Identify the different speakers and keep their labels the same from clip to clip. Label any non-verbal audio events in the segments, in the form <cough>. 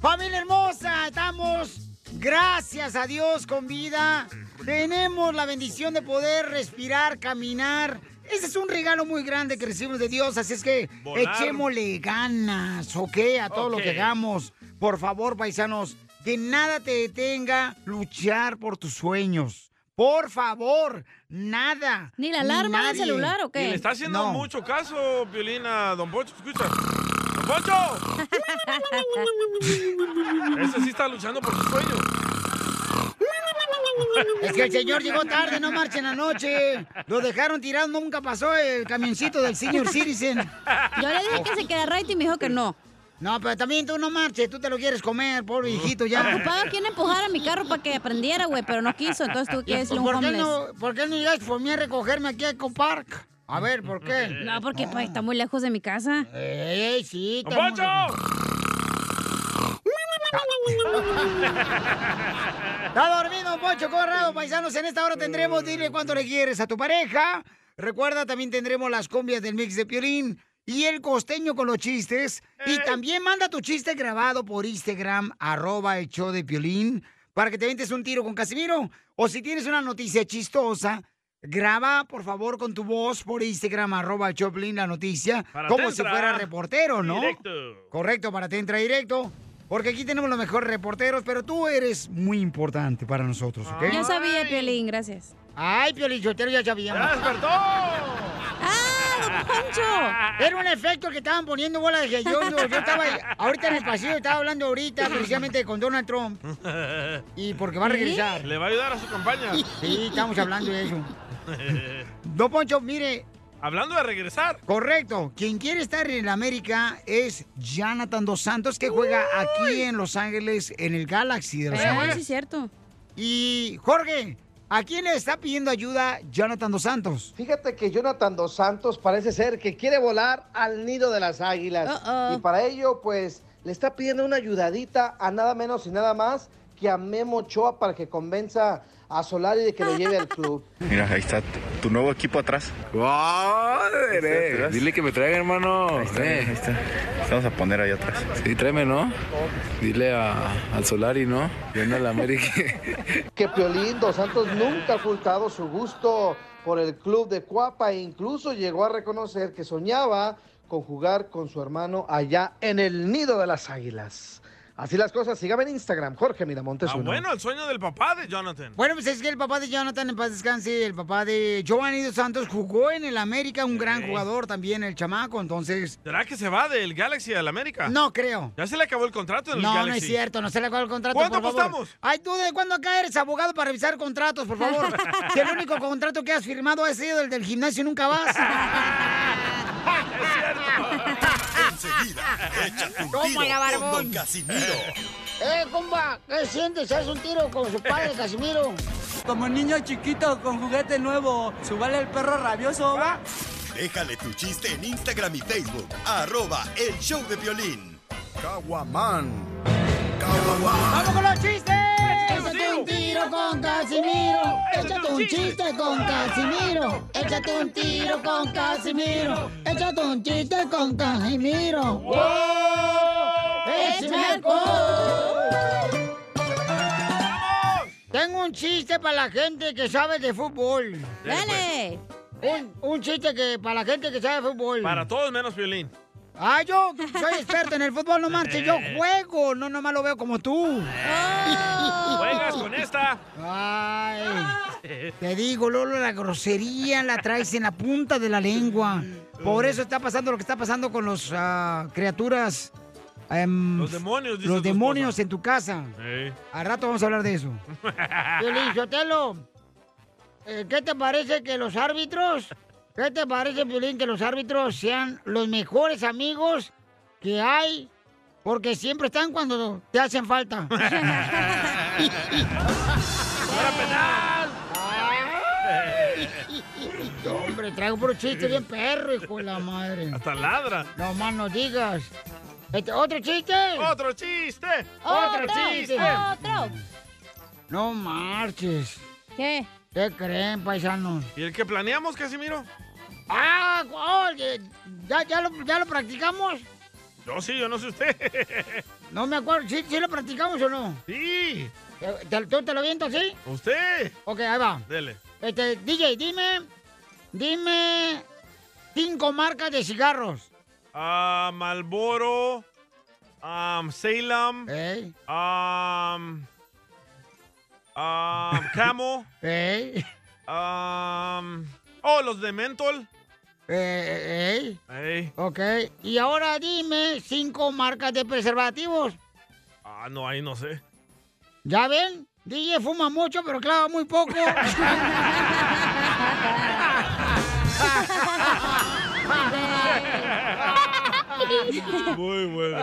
Speaker 1: Familia hermosa, estamos, gracias a Dios, con vida. Tenemos la bendición de poder respirar, caminar. Ese es un regalo muy grande que recibimos de Dios, así es que
Speaker 2: Volar.
Speaker 1: echémosle ganas, ¿ok? A todo lo
Speaker 2: Ok.
Speaker 1: que hagamos. Por favor, paisanos, que nada te detenga luchar por tus sueños. Por favor, nada.
Speaker 3: ¿Ni la alarma del celular o qué?
Speaker 1: Y
Speaker 3: Y
Speaker 1: le
Speaker 3: le
Speaker 1: está
Speaker 4: haciendo mucho caso, Violina, Don Poncho, escucha. ¡Don
Speaker 1: <laughs>
Speaker 4: Poncho! Ese sí está luchando por su sueño.
Speaker 1: Es que el señor llegó tarde, no marchen anoche. Lo dejaron tirado, nunca pasó el camioncito del senior citizen.
Speaker 3: Yo le dije que se quedara y me dijo que no.
Speaker 1: No, pero también tú no marches, tú te lo quieres comer, pobre viejito ya.
Speaker 3: Ocupaba quien empujara mi carro para que aprendiera, güey, pero no quiso, entonces tuve que decirle a un
Speaker 1: Pues, ¿Por qué,
Speaker 3: homeless.
Speaker 1: no, ¿Por qué no llegaste por mí a recogerme aquí a Eco Park? A ver, ¿por qué?
Speaker 3: No, porque pues, está muy lejos de mi casa.
Speaker 1: ¡Ey, sí!
Speaker 3: ¡Don Poncho!
Speaker 1: Está dormido, Pocho Corrado, paisanos. En esta hora tendremos, dile cuánto le quieres a tu pareja. Recuerda, también tendremos las combias del mix de Piolín y el costeño con los chistes. Y también manda tu chiste grabado por Instagram, arroba el show de Piolín, para que te ventes un tiro con Casimiro. O si tienes una noticia chistosa, graba, por favor, con tu voz por Instagram, arroba el show de Piolín, la noticia.
Speaker 2: Para
Speaker 1: como si
Speaker 2: Tentra.
Speaker 1: fuera reportero, ¿no?
Speaker 2: Directo.
Speaker 1: Correcto, para Tentra Directo. Porque aquí tenemos los mejores reporteros, pero tú eres muy importante para nosotros, ¿ok?
Speaker 3: Yo sabía, Piolín, gracias.
Speaker 1: Ay, Piolín, Sotelo, ya sabía.
Speaker 3: ¡Ya
Speaker 1: despertó!
Speaker 3: ¡Ah,
Speaker 1: Poncho! Era un efecto que estaban poniendo bola de gallondo. Yo estaba ahorita en el pasillo, estaba hablando ahorita precisamente con Donald Trump. Y porque va a regresar.
Speaker 4: Le va a ayudar a su campaña.
Speaker 1: Sí, estamos hablando de eso. Don Poncho, mire.
Speaker 4: Hablando de regresar.
Speaker 1: Correcto. Quien quiere estar en el América es Jonathan Dos Santos, que juega aquí en Los Ángeles, en el Galaxy de Los
Speaker 3: Ah,
Speaker 1: Ángeles.
Speaker 3: sí, es cierto.
Speaker 1: Y Jorge, ¿a quién le está pidiendo ayuda Jonathan Dos Santos?
Speaker 5: Fíjate que Jonathan Dos Santos parece ser que quiere volar al nido de las águilas.
Speaker 3: Uh-oh.
Speaker 5: Y para ello, pues, le está pidiendo una ayudadita a nada menos y nada más que a Memo Ochoa para que convenza a Solari de que lo lleve al club.
Speaker 6: Mira, ahí está tu nuevo equipo atrás.
Speaker 7: ¡Madre! eh, Dile que me traiga, hermano. Ahí
Speaker 6: está, ahí está. Vamos a poner ahí atrás.
Speaker 7: Sí, tráeme, ¿no? Dile a, al Solari, ¿no? Viene a la América.
Speaker 5: <laughs> que Piolín Dos Santos nunca ha ocultado su gusto por el club de Cuapa e incluso llegó a reconocer que soñaba con jugar con su hermano allá en el nido de las águilas. Así las cosas, sígame en Instagram, Jorge
Speaker 1: Este
Speaker 5: Miramontes.
Speaker 4: Ah,
Speaker 5: uno.
Speaker 4: bueno, el sueño del papá de Jonathan.
Speaker 1: Bueno, pues es que el papá de Jonathan, en paz descanse, el papá de Giovanni Dos Santos jugó en el América, un gran jugador también, el chamaco, entonces...
Speaker 4: ¿Será que se va del Galaxy al América?
Speaker 1: No creo.
Speaker 4: Ya se le acabó el contrato en el
Speaker 1: No,
Speaker 4: Galaxy.
Speaker 1: no es cierto, no se le acabó el contrato.
Speaker 4: ¿Cuánto
Speaker 1: por favor.
Speaker 4: apostamos?
Speaker 1: Ay, tú de cuándo acá eres abogado para revisar contratos, por
Speaker 4: <laughs>
Speaker 1: favor. si el único contrato que has firmado ha sido el del gimnasio, nunca vas. ¡Ah!
Speaker 8: Enseguida, échate un
Speaker 1: Toma
Speaker 8: tiro
Speaker 1: la
Speaker 8: con
Speaker 1: barbón.
Speaker 8: Don Casimiro.
Speaker 1: <laughs> ¡Eh, comba! ¿Qué sientes? ¿Haz un tiro con su padre, Casimiro? Como niño chiquito con juguete nuevo, subale el perro rabioso, ¿va?
Speaker 8: Déjale tu chiste en Instagram y Facebook, arroba el show de violín. Caguaman.
Speaker 1: ¡Vamos con los chistes! Échate un tiro con Casimiro. Échate un chiste con Casimiro. Échate un tiro con Casimiro. Échate un chiste con Casimiro. ¡Wow! ¡Échame alcohol! Tengo un chiste para la gente que sabe de fútbol.
Speaker 4: Dale,
Speaker 1: Un, un chiste que para la gente que sabe de fútbol.
Speaker 4: Para todos menos violín.
Speaker 1: Ah, yo soy experto en el <laughs> fútbol, no marches. Yo juego, no nomás lo veo como tú.
Speaker 4: Juegas con esta.
Speaker 1: Ay, te digo, Lolo, la grosería la traes en la punta de la lengua. Por eso está pasando lo que está pasando con las criaturas. em,
Speaker 4: Los demonios, dice
Speaker 1: Los
Speaker 4: tu
Speaker 1: demonios en tu casa.
Speaker 4: Ey.
Speaker 1: Al rato vamos a hablar de eso. Piolín Sotelo, eh, ¿qué te parece que los árbitros, qué te parece, Piolín, que los árbitros sean los mejores amigos que hay? Porque siempre están cuando te hacen <laughs> falta. Ah. Hombre, traigo por chiste bien perro, hijo de la madre. Hasta
Speaker 4: ladra.
Speaker 1: No más no digas. Este, ¿Otro chiste?
Speaker 4: ¡Otro chiste!
Speaker 1: ¡Otro,
Speaker 3: Otro,
Speaker 1: chiste!
Speaker 3: otro.
Speaker 1: No marches.
Speaker 3: ¿Qué?
Speaker 1: ¿Qué creen, paisanos?
Speaker 4: ¿Y el que planeamos, Casimiro?
Speaker 1: ¡Ah!
Speaker 4: <laughs>
Speaker 1: oye, ¿ya, ya, lo, ya lo practicamos?
Speaker 4: Yo sí, yo no sé usted.
Speaker 1: No me acuerdo. ¿Sí, sí lo practicamos o no? Eh,
Speaker 4: Sí.
Speaker 1: ¿Te, tú te lo avientas, sí?
Speaker 4: ¿Usted?
Speaker 1: Ok, ahí va. <laughs>
Speaker 4: Dele.
Speaker 1: Este, DJ, dime. Dime. Cinco marcas de cigarros.
Speaker 4: Ah, Malboro. um, Salem.
Speaker 1: Ey.
Speaker 4: um, um, Camel.
Speaker 1: <laughs> Ey.
Speaker 4: um, oh, los de Mentol.
Speaker 1: Eh, ey.
Speaker 4: Ey.
Speaker 1: Ok. Y ahora dime cinco marcas de preservativos.
Speaker 4: Ah, no, ahí no sé.
Speaker 1: ¿Ya ven? DJ fuma mucho, pero clava muy poco.
Speaker 4: Muy bueno.
Speaker 1: <laughs>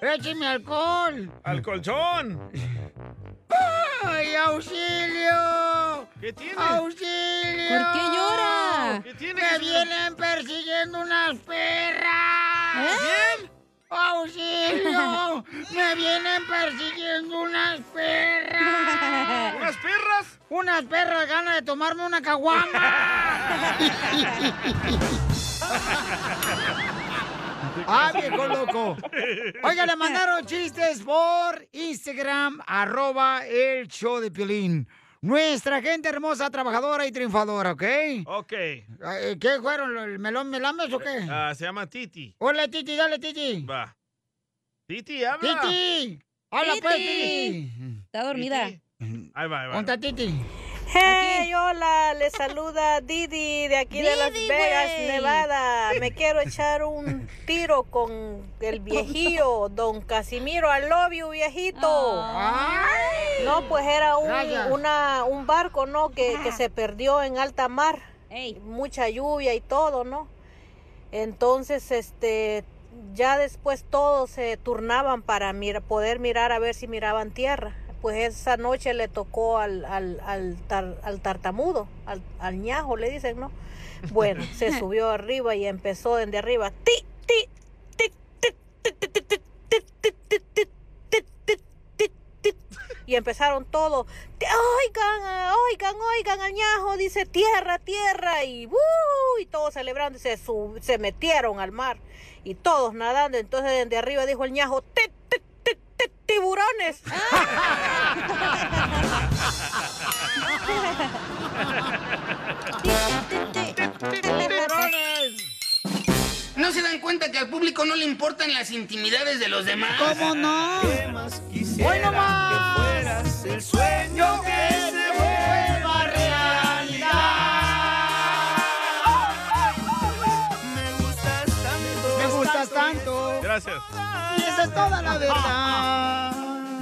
Speaker 1: ¡Écheme alcohol!
Speaker 4: ¡Al colchón!
Speaker 1: ¡Ay, auxilio!
Speaker 4: ¿Qué tiene?
Speaker 1: ¡Auxilio!
Speaker 9: ¿Por qué llora?
Speaker 4: ¿Qué tiene?
Speaker 1: ¡Me vienen persiguiendo unas
Speaker 9: ¿Eh?
Speaker 1: perras!
Speaker 4: ¿Bien?
Speaker 1: ¡Auxilio! ¡Me vienen persiguiendo unas perras!
Speaker 4: <laughs> ¿Unas perras?
Speaker 1: ¡Unas perras ganas de tomarme una
Speaker 4: <laughs>
Speaker 1: caguama! ¡Ah, viejo loco! Oiga, le mandaron chistes por Instagram, arroba el show de Piolín. Nuestra gente hermosa, trabajadora y triunfadora, ¿ok?
Speaker 4: Ok.
Speaker 1: Eh, ¿Qué fueron? ¿El melón melambes o qué?
Speaker 4: Ah, se llama Titi.
Speaker 1: Hola, Titi, dale, Titi.
Speaker 4: Va. Titi, habla.
Speaker 1: Titi. Hola, pues,
Speaker 9: Titi.
Speaker 1: Titi.
Speaker 9: Está dormida.
Speaker 4: Titi. Ahí va, ahí va.
Speaker 1: Ponta, Titi.
Speaker 10: Hey, hola, les saluda Didi de aquí de Las
Speaker 9: Didi,
Speaker 10: Vegas,
Speaker 9: güey.
Speaker 10: Nevada. Me quiero echar un tiro con el viejillo, don Casimiro. I love you, viejito.
Speaker 9: Ah.
Speaker 1: ¡Ay!
Speaker 10: No, pues era un,
Speaker 1: Gracias.
Speaker 10: una, un barco, ¿no? Que, que se perdió en alta mar.
Speaker 9: Ey.
Speaker 10: Mucha lluvia y todo, ¿no? Entonces, este, ya después todos se turnaban para mira- poder mirar a ver si miraban tierra. Pues esa noche le tocó al, al, al tar- al tartamudo, al, al ñajo, le dicen, ¿no? Bueno, se subió arriba y empezó desde arriba. Ti, ti, ti, ti, ti, ti, ti, ti, ti, ti, ti, ti, ti, ti, ti". Y empezaron todos, "Te- oigan, ah, oigan, oigan, al ñajo, dice tierra, tierra, y "¡Uh!", y todos celebrando, y se, sub- se metieron al mar, y todos nadando, entonces desde arriba dijo el ñajo, "Ti, ti, ti, ti, tiburones.
Speaker 11: ¿No se dan cuenta que al público no le importan las intimidades de los demás?
Speaker 1: ¿Cómo no? ¡Hoy no más!
Speaker 12: El sueño
Speaker 1: que se vuelva realidad. Me gustas tanto.
Speaker 4: Gracias.
Speaker 1: Y esa es toda la verdad.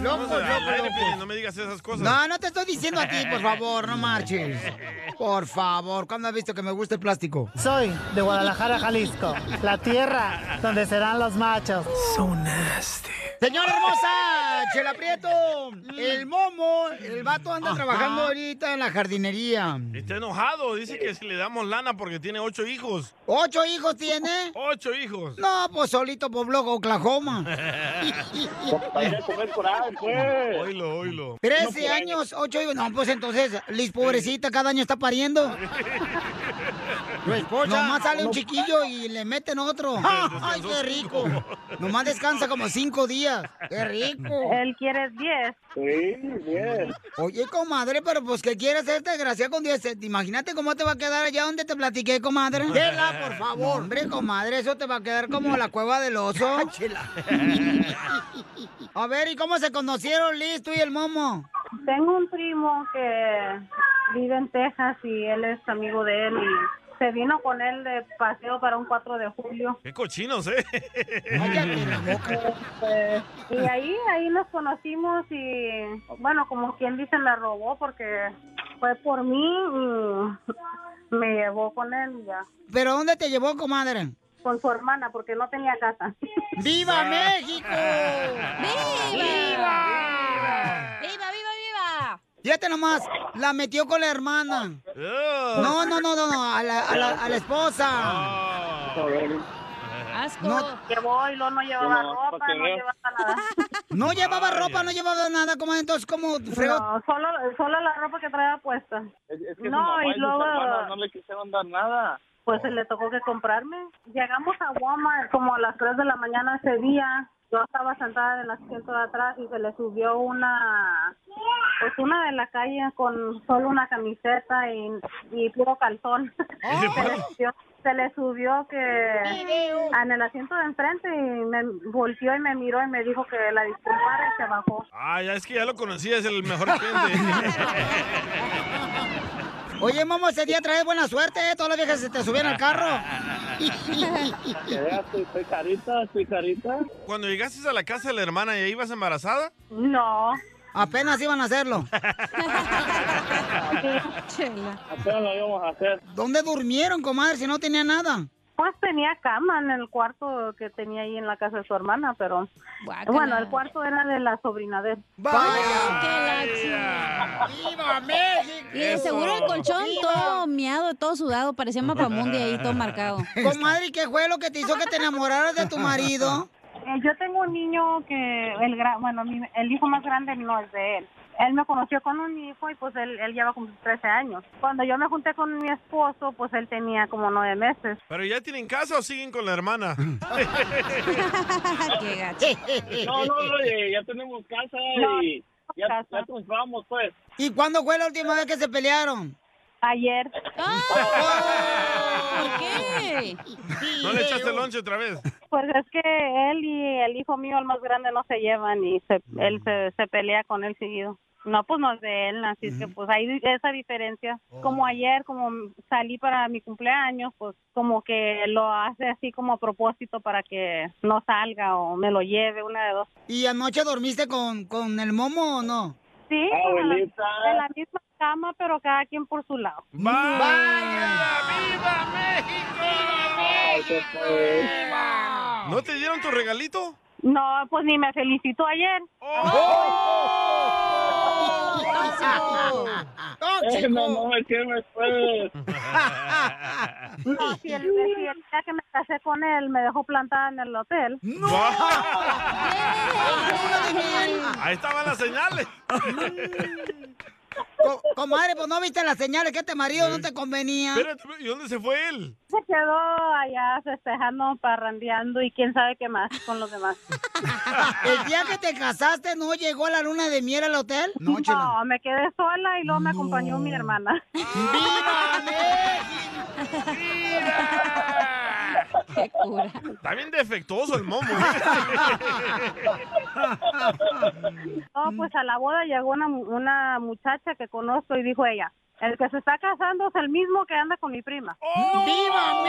Speaker 1: Loco,
Speaker 4: Vamos al
Speaker 1: loco,
Speaker 4: aire, Piolín,
Speaker 1: loco.
Speaker 4: No me digas esas cosas.
Speaker 1: No, no te estoy diciendo a ti,
Speaker 4: <laughs>
Speaker 1: por favor, no marches. Por favor, ¿cuándo has visto que me gusta el plástico?
Speaker 13: Soy de Guadalajara, Jalisco, la tierra donde serán los machos.
Speaker 1: Señora hermosa, Chela Prieto, el momo, el vato anda trabajando ahorita en la jardinería.
Speaker 4: Está enojado. Dice que si le damos lana porque tiene ocho hijos.
Speaker 1: ¿Ocho hijos tiene?
Speaker 4: ¡Ocho hijos!
Speaker 1: No, pues solito pobló Oklahoma.
Speaker 4: Oílo, oílo.
Speaker 1: Trece años, ocho hijos. No, pues entonces, Liz, pobrecita, cada año está <laughs> pariendo. Tu esposa. Nomás sale un chiquillo y le meten otro. <laughs> ¡Ay, qué rico! Nomás descansa como cinco días. ¡Qué rico!
Speaker 10: Él quiere 10.
Speaker 1: Oye, comadre, pero pues que quieres hacer desgracia con 10. cent- Imagínate cómo te va a quedar allá donde te platiqué, <laughs> comadre. Chela, por favor. hombre, comadre, eso te va a quedar como la cueva del <laughs> oso. a ver, ¿y <laughs> cómo Pues se conocieron Liz, tú y el momo?
Speaker 10: Tengo un primo que vive en Texas y él es amigo de él y se vino con él de paseo para un 4 de julio.
Speaker 4: <laughs> ¡Qué cochinos, eh!
Speaker 1: Cállate la boca.
Speaker 10: Este, y ahí, ahí nos conocimos y bueno, como quien dice, me robó porque fue por mí y me llevó con él ya,
Speaker 1: ¿Pero dónde te llevó, comadre?
Speaker 10: con su hermana porque no tenía casa.
Speaker 9: <laughs>
Speaker 1: ¡Viva México!
Speaker 9: ¡Viva! ¡Viva, viva, viva!
Speaker 1: Fíjate nomás, la metió con la hermana.
Speaker 4: ¡Ugh!
Speaker 1: No, no, no, no, no, a la, a la- a la esposa.
Speaker 4: Ah.
Speaker 9: Asco.
Speaker 1: No.
Speaker 10: Llevó y luego no llevaba ropa, no llevaba nada.
Speaker 1: No llevaba
Speaker 4: Ay,
Speaker 1: ropa, no llevaba nada, comadre. Entonces, ¿cómo fregó?
Speaker 10: No, solo, solo la ropa que traía puesta.
Speaker 14: Es, es que
Speaker 10: No,
Speaker 14: su mamá
Speaker 10: y
Speaker 14: y, sus
Speaker 10: luego-
Speaker 14: hermanas no le quisieron dar nada. pues se le tocó que comprarme. Llegamos a Walmart como a las 3 de la mañana ese día. Yo estaba sentada en el asiento de atrás y se le subió una, pues una de la calle con solo una camiseta y, y puro calzón. <laughs> Se le subió- se le subió que en el asiento de enfrente y me volteó y me miró y me dijo que la disculpara y se bajó.
Speaker 4: Ah, ya es que ya lo conocí, es el mejor cliente.
Speaker 1: Oye, mamá, ese día traes buena suerte, ¿eh? Todas las viejas se te <laughs> subían al
Speaker 9: <laughs>
Speaker 1: carro.
Speaker 9: Que veas tu, tu carita, tu carita.
Speaker 4: <laughs> Cuando llegaste a la casa de la hermana, ¿ya ibas embarazada?
Speaker 14: No.
Speaker 1: Apenas iban a hacerlo.
Speaker 9: <laughs> Apenas lo íbamos a hacer.
Speaker 1: ¿Dónde durmieron, comadre, si no tenía nada?
Speaker 14: Pues tenía cama en el cuarto que tenía ahí en la casa de su hermana, pero bueno, el cuarto era de la sobrina de él.
Speaker 1: ¡Viva México!
Speaker 3: Y de
Speaker 1: <laughs>
Speaker 3: seguro el colchón todo miado, todo sudado, parecía mapamundi ahí, todo marcado.
Speaker 1: <laughs> Comadre, ¿qué fue lo que te hizo que te enamoraras de tu marido?
Speaker 14: Eh, yo tengo un niño que, el gra- bueno, mi- el hijo más grande no es de él. Él me conoció con un hijo y pues él, él ya va a cumplir 13 años. Cuando yo me junté con mi esposo, pues él tenía como nueve meses.
Speaker 4: ¿Pero ya tienen casa o siguen con la
Speaker 1: <laughs>
Speaker 4: hermana?
Speaker 3: Qué gacho.
Speaker 9: No, no, oye, ya tenemos casa
Speaker 1: No,
Speaker 9: y ya, ya
Speaker 4: <laughs>
Speaker 9: triunfamos, pues.
Speaker 1: ¿Y cuándo fue la última vez que se pelearon? <laughs>
Speaker 14: Ayer.
Speaker 1: ¿Por
Speaker 3: qué?
Speaker 4: ¿No le echaste lonche otra vez?
Speaker 14: Pues es que él y el hijo mío, el más grande, no se llevan y se- él se, se pelea con él seguido. No, pues no es de él, así es que pues hay esa diferencia. Como ayer, como salí para mi cumpleaños, pues como que lo hace así como a propósito para que no salga o me lo lleve, una de dos.
Speaker 1: ¿Y anoche dormiste con, con el momo o no?
Speaker 14: Sí, pues, en la- en la misma cama, pero cada quien por su lado.
Speaker 4: ¡Viva México! ¿No te dieron tu regalito?
Speaker 14: No, pues ni me felicitó ayer.
Speaker 9: Eh, no, no me quemes, pues.
Speaker 14: No, si el, si el día que me casé con él me dejó plantada en el hotel. ¡No!
Speaker 4: Ahí estaban las señales.
Speaker 1: Co- comadre, pues no viste las señales que este marido no te convenía.
Speaker 4: Espérate, ¿y dónde se fue él?
Speaker 14: Se quedó allá festejando, parrandeando y quién sabe qué más con los demás.
Speaker 1: <laughs> ¿El día que te casaste no llegó la luna de miel al hotel?
Speaker 14: No, me quedé sola y luego me acompañó mi hermana. <laughs>
Speaker 3: ¡Qué cura!
Speaker 4: Está bien defectuoso el momo. ¿eh?
Speaker 14: No, pues a la boda llegó una, mu- una muchacha que conozco y dijo ella, el que se está casando es el mismo que anda con mi prima.
Speaker 1: ¡Viva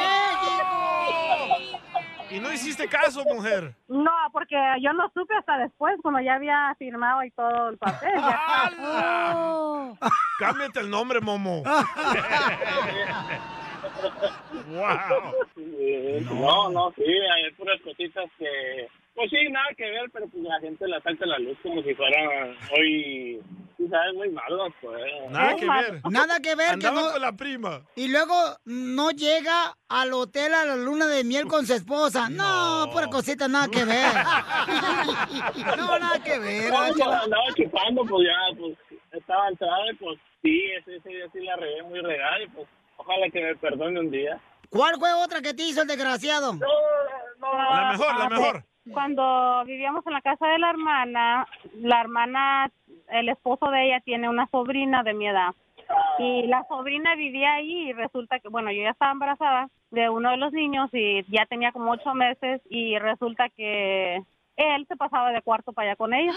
Speaker 4: Y no hiciste caso, mujer.
Speaker 14: No, porque yo no supe hasta después, cuando ya había firmado y todo el papel. ya.
Speaker 4: Cámbiate el nombre, momo. wow.
Speaker 9: No, no, sí, eh. hay puras cositas que... Pues sí, nada que ver, pero pues la gente la saca a la luz como si fuera hoy... Sí, sabes, muy malo, pues.
Speaker 1: Nada que ver. Nada que ver. que
Speaker 4: Andaba
Speaker 1: no-
Speaker 4: con la prima.
Speaker 1: Y luego no llega al hotel a la luna de miel con su esposa. No, por cosita, nada que ver. <laughs> no, nada que ver.
Speaker 9: No, pues,
Speaker 1: Ángela.
Speaker 9: andaba chupando, pues ya, pues estaba entrada y pues sí, ese, ese día sí la regué muy regal y pues ojalá que me perdone un día.
Speaker 1: ¿Cuál fue otra que te hizo el desgraciado?
Speaker 9: La mejor, la
Speaker 14: Ah,
Speaker 9: mejor.
Speaker 14: pues, Cuando vivíamos en la casa de la hermana, la hermana, el esposo de ella tiene una sobrina de mi edad. Y la sobrina vivía ahí y resulta que, bueno, yo ya estaba
Speaker 1: <laughs>
Speaker 14: embarazada de uno de los niños y ya tenía como ocho meses y resulta que él se pasaba de cuarto para allá con ella.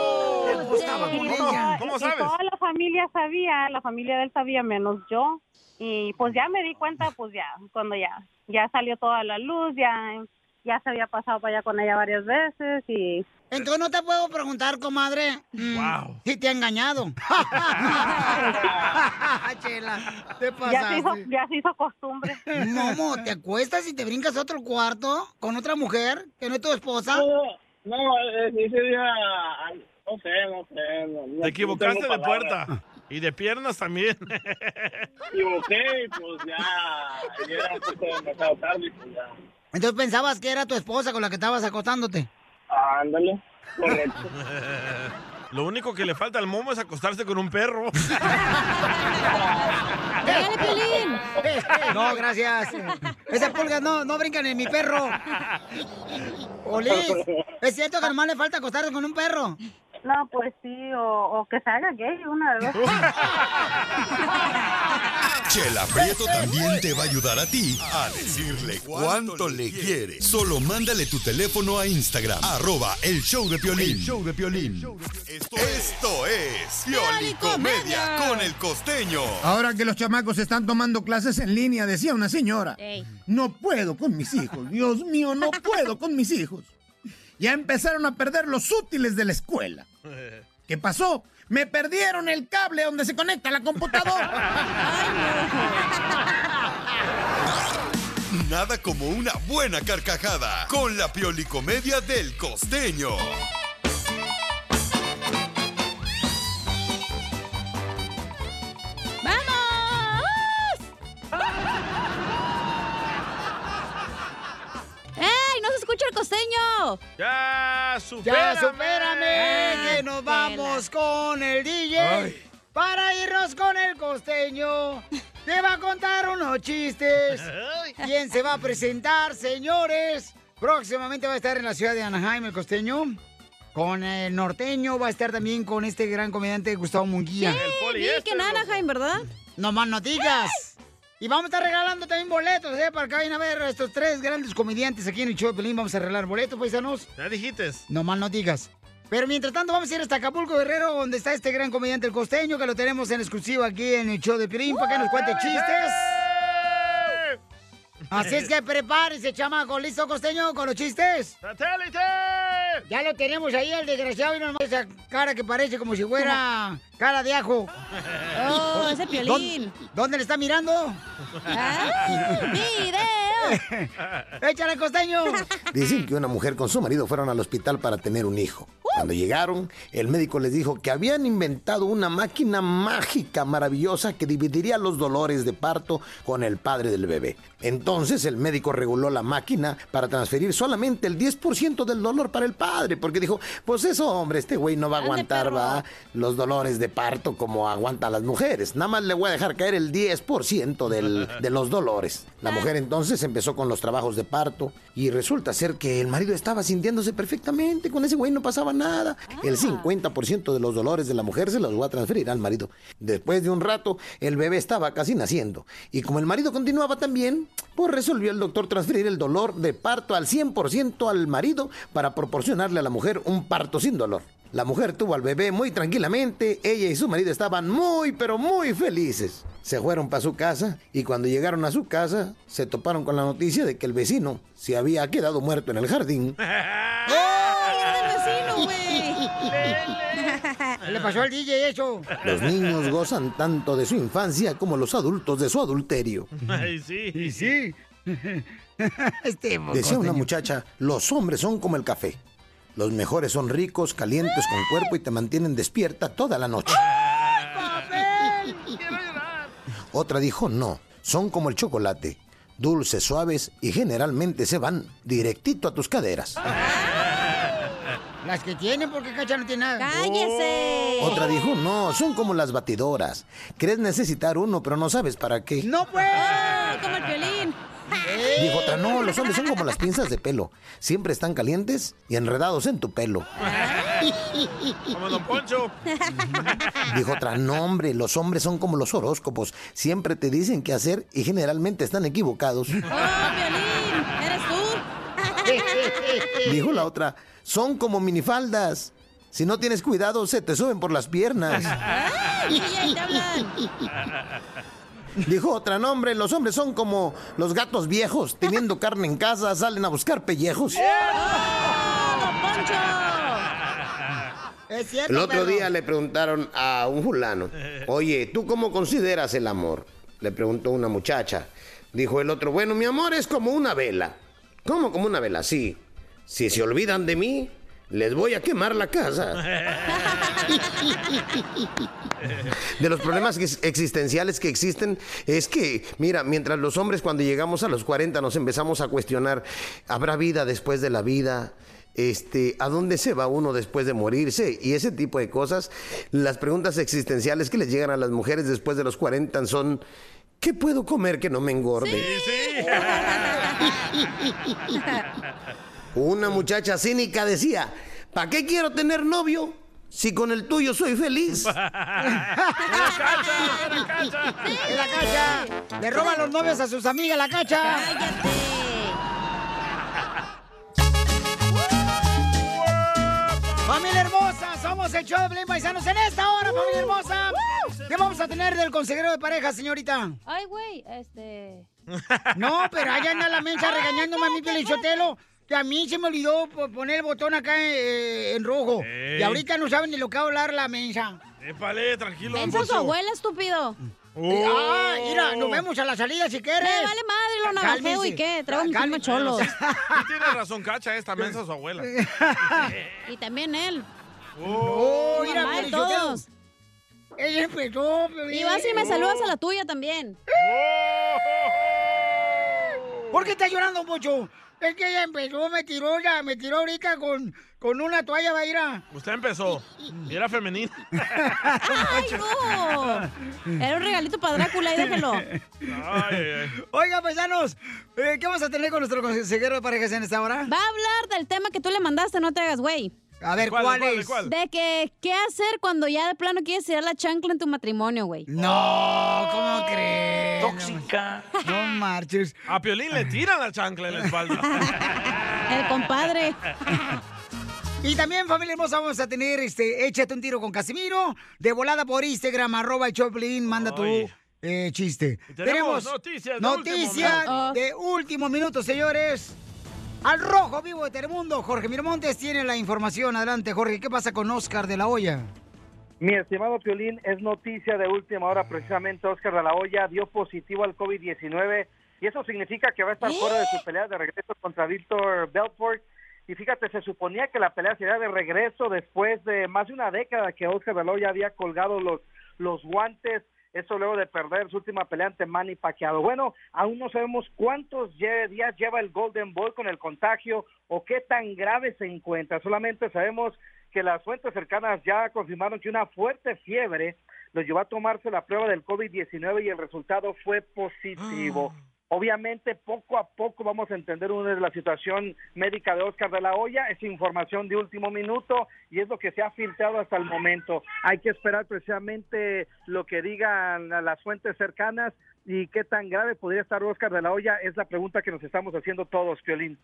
Speaker 14: Y toda- y toda la familia sabía, la familia de él sabía menos yo. Y pues ya me di cuenta, pues ya, cuando ya, ya salió toda la luz, ya, ya se había pasado para allá con ella varias veces y...
Speaker 1: Entonces no te puedo preguntar, comadre. mm, Si te ha engañado. Chela, te
Speaker 14: Ya se, hizo,
Speaker 1: pasaste.
Speaker 14: ya se hizo
Speaker 1: <laughs>
Speaker 14: costumbre.
Speaker 1: Momo, ¿te acuestas y te brincas a otro cuarto con otra mujer que no es tu esposa?
Speaker 9: No, eh, ese día, <laughs> ay, no sé, no sé. no- no-
Speaker 4: Te
Speaker 9: no
Speaker 4: equivocaste de
Speaker 9: tengo palabras.
Speaker 4: puerta. Y de piernas también.
Speaker 9: Me equivoqué y pues ya, ya era un poco demasiado tarde y pues ya.
Speaker 1: Entonces pensabas que era tu esposa con la que estabas acostándote.
Speaker 9: Ándale, correcto.
Speaker 4: Lo único que le falta al momo es acostarse con un perro.
Speaker 1: ¡Déjale, <laughs> No, gracias. Esas pulgas no, no brincan en mi perro.
Speaker 9: <laughs>
Speaker 1: Olis, ¿es cierto que nomás le falta acostarse con un perro?
Speaker 14: No, pues sí, o, o que se haga gay, una de dos.
Speaker 8: Chela Prieto también te va a ayudar a ti a decirle cuánto le quiere. Solo mándale tu teléfono a Instagram, arroba el show de Piolín.
Speaker 13: El
Speaker 8: show de Esto es Piolicomedia con el costeño.
Speaker 13: Ahora que los chamacos están tomando clases en línea, decía una señora,
Speaker 8: Ey.
Speaker 13: no puedo con mis hijos, Dios mío, no puedo con mis hijos. Ya empezaron a perder los útiles de la escuela. ¿Qué pasó? Me perdieron el cable donde se conecta la
Speaker 9: <laughs>
Speaker 13: computadora.
Speaker 8: Nada como una buena carcajada con la Piolicomedia del costeño.
Speaker 3: ¡Vamos! ¡Ey! ¡No se escucha el costeño!
Speaker 4: ¡Ya!
Speaker 1: ¡Ya
Speaker 4: ¡Supérame!
Speaker 1: supérame! ¡Que nos vamos con el DJ!
Speaker 4: Ay.
Speaker 1: Para irnos con el costeño, te va a contar unos chistes. ¿Quién se va a presentar, señores? Próximamente va a estar en la ciudad de Anaheim el costeño. Con el norteño va a estar también con este gran comediante Gustavo Munguía.
Speaker 3: vi que en Anaheim, ¿verdad?
Speaker 1: No más no digas. Y vamos a estar regalando también boletos, ¿eh? Para que vayan a ver a estos tres grandes comediantes aquí en el show de Pelín. Vamos a regalar boletos, paisanos.
Speaker 4: Ya dijiste.
Speaker 1: No mal no digas. Pero mientras tanto vamos a ir hasta Acapulco Guerrero, donde está este gran comediante el costeño, que lo tenemos en exclusiva aquí en el show de Pirín, para que nos cuente chistes. Así es que prepárese, chamaco. ¿Listo, costeño, con los chistes?
Speaker 4: ¡Satélite!
Speaker 1: Ya lo tenemos ahí, el desgraciado. Y nomás esa cara que parece como si fuera cara de ajo.
Speaker 3: Oh, ese
Speaker 9: <laughs>
Speaker 3: Piolín.
Speaker 1: <laughs> ¿Dónde, dónde le está mirando?
Speaker 3: ¡Video!
Speaker 1: ¡Échale,
Speaker 3: <laughs>
Speaker 1: costeño!
Speaker 15: Dicen que una mujer con su marido fueron al hospital para tener un hijo. Cuando llegaron, el médico les dijo que habían inventado una máquina mágica maravillosa que dividiría los dolores de parto con el padre del bebé. Entonces el médico reguló la máquina para transferir solamente el 10% del dolor para el padre, porque dijo, pues eso hombre, este güey no va a aguantar va, los dolores de parto como aguantan las mujeres. Nada más le voy a dejar caer el 10% del, de los dolores. La mujer entonces empezó con los trabajos de parto y resulta ser que el marido estaba sintiéndose perfectamente, con ese güey no pasaba nada. El 50% de los dolores de la mujer se los va a transferir al marido. Después de un rato, el bebé estaba casi naciendo y como el marido continuaba también, pues resolvió el doctor transferir el dolor de parto al 100% al marido para proporcionarle a la mujer un parto sin dolor. La mujer tuvo al bebé muy tranquilamente, ella y su marido estaban muy pero muy felices. Se fueron para su casa y cuando llegaron a su casa se toparon con la noticia de que el vecino se había quedado muerto en el jardín.
Speaker 3: vecino, güey!
Speaker 1: Le pasó al DJ eso.
Speaker 15: Los niños gozan tanto de su infancia como los adultos de su adulterio.
Speaker 4: Ay, sí.
Speaker 1: Y
Speaker 9: <laughs>
Speaker 1: sí. Este
Speaker 15: Decía una
Speaker 1: costeño.
Speaker 15: muchacha, los hombres son como el café. Los mejores son ricos, calientes con cuerpo y te mantienen despierta toda la noche. Otra dijo, no, son como el chocolate, dulces, suaves y generalmente se van directito a tus caderas.
Speaker 1: Las que tienen, porque Cacha no tiene nada.
Speaker 3: ¡Cállese!
Speaker 15: Oh. Otra dijo, no, son como las batidoras. Crees necesitar uno, pero no sabes para qué.
Speaker 1: ¡No, pues!
Speaker 3: ¡Como el Piolín!
Speaker 15: Dijo otra, no, los hombres son como las pinzas de pelo. Siempre están calientes y enredados en tu pelo.
Speaker 4: Como Don
Speaker 9: <laughs>
Speaker 4: Poncho.
Speaker 15: Dijo otra, no hombre, los hombres son como los horóscopos. Siempre te dicen qué hacer y generalmente están equivocados.
Speaker 3: Piolín! ¡Eres tú!
Speaker 15: Dijo la otra, son como minifaldas. Si no tienes cuidado, se te suben por las piernas.
Speaker 3: ¡Ay, te hablan!
Speaker 15: Dijo otra, no hombre, los hombres son como los gatos viejos. Teniendo carne en casa, salen a buscar pellejos.
Speaker 9: ¡Oh,
Speaker 1: Es cierto,
Speaker 15: El otro
Speaker 1: perro.
Speaker 15: día le preguntaron a un fulano,
Speaker 1: <laughs>
Speaker 15: oye, ¿tú cómo consideras el amor? Le preguntó una muchacha. Dijo el otro, bueno, mi amor es como una vela. ¿Cómo como una vela? Sí. Si se olvidan de mí, les voy a quemar la
Speaker 1: <laughs>
Speaker 15: casa. De los problemas ex- existenciales que existen es que, mira, mientras los hombres cuando llegamos a los 40 nos empezamos a cuestionar, ¿habrá vida después de la vida? este, a dónde se va uno después de morirse y ese tipo de cosas. Las preguntas existenciales que les llegan a las mujeres después de los 40 son, ¿qué puedo comer que no me engorde?
Speaker 1: <laughs>
Speaker 15: Una muchacha cínica decía, ¿para qué quiero tener novio si con el tuyo soy feliz?
Speaker 1: ¡En la cacha! ¡Le roban los novios a sus amigas, la cacha! ¡Familia hermosa! Somos el show de Pelín Paisanos en esta hora, familia hermosa. ¿Qué vamos a tener del consejero de pareja, señorita?
Speaker 3: Ay, güey, este.
Speaker 1: No, pero allá anda la mensa regañándome a mí, Pelichotelo. Que a mí se me olvidó po- poner el botón acá eh, en rojo.
Speaker 4: Ey.
Speaker 1: Y ahorita no saben de lo que va a hablar la mensa.
Speaker 4: Eh, Épale, tranquilo. don
Speaker 3: Mensa su
Speaker 4: Poncho.
Speaker 3: abuela, estúpido.
Speaker 4: Oh.
Speaker 1: Ah, mira, nos vemos a la salida si quieres.
Speaker 3: Me vale madre lo
Speaker 1: Cálmense.
Speaker 3: navajeo y qué, traigo mis
Speaker 1: Cálmense.
Speaker 3: primos cholos.
Speaker 4: Sí tiene razón, cacha, esta mensa su
Speaker 1: <laughs>
Speaker 4: abuela.
Speaker 3: y también él.
Speaker 1: Oh,
Speaker 3: Su
Speaker 1: mira,
Speaker 3: mamá y
Speaker 1: Piolín, yo pues, te-
Speaker 3: todos.
Speaker 1: Ella empezó,
Speaker 3: Y vas y me saludas a la tuya también.
Speaker 4: Oh.
Speaker 1: ¿Por qué estás llorando, Pocho? Es que ella empezó, me tiró ya, me tiró ahorita con, con una toalla, va a ir a...
Speaker 4: Usted empezó. Y era femenina.
Speaker 3: <laughs> ¡Ay, no! Era un regalito para Drácula, y déjelo.
Speaker 1: Oiga, paisanos, eh, ¿qué vamos a tener con nuestro consejero de parejas en esta hora?
Speaker 3: Va a hablar del tema que tú le mandaste, no te hagas, güey.
Speaker 1: A ver, ¿Cuál, ¿cuál cuál, es? cuál?
Speaker 3: De que, ¿qué hacer cuando ya de plano quieres tirar la chancla en tu matrimonio, güey?
Speaker 1: No, ¿cómo crees?
Speaker 4: Tóxica.
Speaker 1: No marches.
Speaker 4: A Piolín le tiran la chancla en la
Speaker 1: <laughs>
Speaker 4: espalda.
Speaker 3: El compadre.
Speaker 1: Y también, familia hermosa, vamos a tener este Échate un tiro con Casimiro, de volada por Instagram, arroba el Choplin, manda tu
Speaker 4: Ay.
Speaker 1: eh, chiste.
Speaker 4: tenemos noticias de
Speaker 1: noticias Oh.
Speaker 4: último minuto.
Speaker 1: de último minuto, señores. Al rojo vivo de Telemundo, Jorge Miramontes tiene la información. Adelante, Jorge, ¿qué pasa con Oscar de la Hoya?
Speaker 16: Mi estimado Piolín, es noticia de última hora precisamente. Oscar de la Hoya dio positivo al COVID-19 y eso significa que va a estar fuera de su pelea de regreso contra Víctor Belfort. Y fíjate, se suponía que la pelea sería de regreso después de más de una década que Oscar de la Hoya había colgado los, los guantes. Eso luego de perder su última pelea ante Manny Pacquiao. Bueno, aún no sabemos cuántos lle- días lleva el Golden Boy con el contagio o qué tan grave se encuentra. Solamente sabemos que las fuentes cercanas ya confirmaron que una fuerte fiebre lo llevó a tomarse la prueba del COVID-19 y el resultado fue positivo. Obviamente, poco a poco vamos a entender una de la situación médica de Oscar de la Hoya. Es información de último minuto y es lo que se ha filtrado hasta el momento. Hay que esperar precisamente lo que digan a las fuentes cercanas y qué tan grave podría estar Oscar de la Hoya. Es la pregunta que nos estamos haciendo todos, Piolín.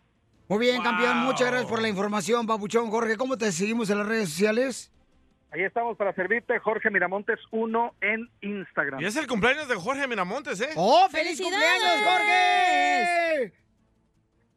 Speaker 1: Muy bien, campeón, muchas gracias por la información, Papuchón. Jorge, ¿cómo te seguimos en las redes sociales?
Speaker 16: Ahí estamos para servirte, Jorge Miramontes 1 en Instagram.
Speaker 4: Y es el cumpleaños de Jorge Miramontes, ¿eh?
Speaker 1: ¡Oh, feliz cumpleaños, Jorge!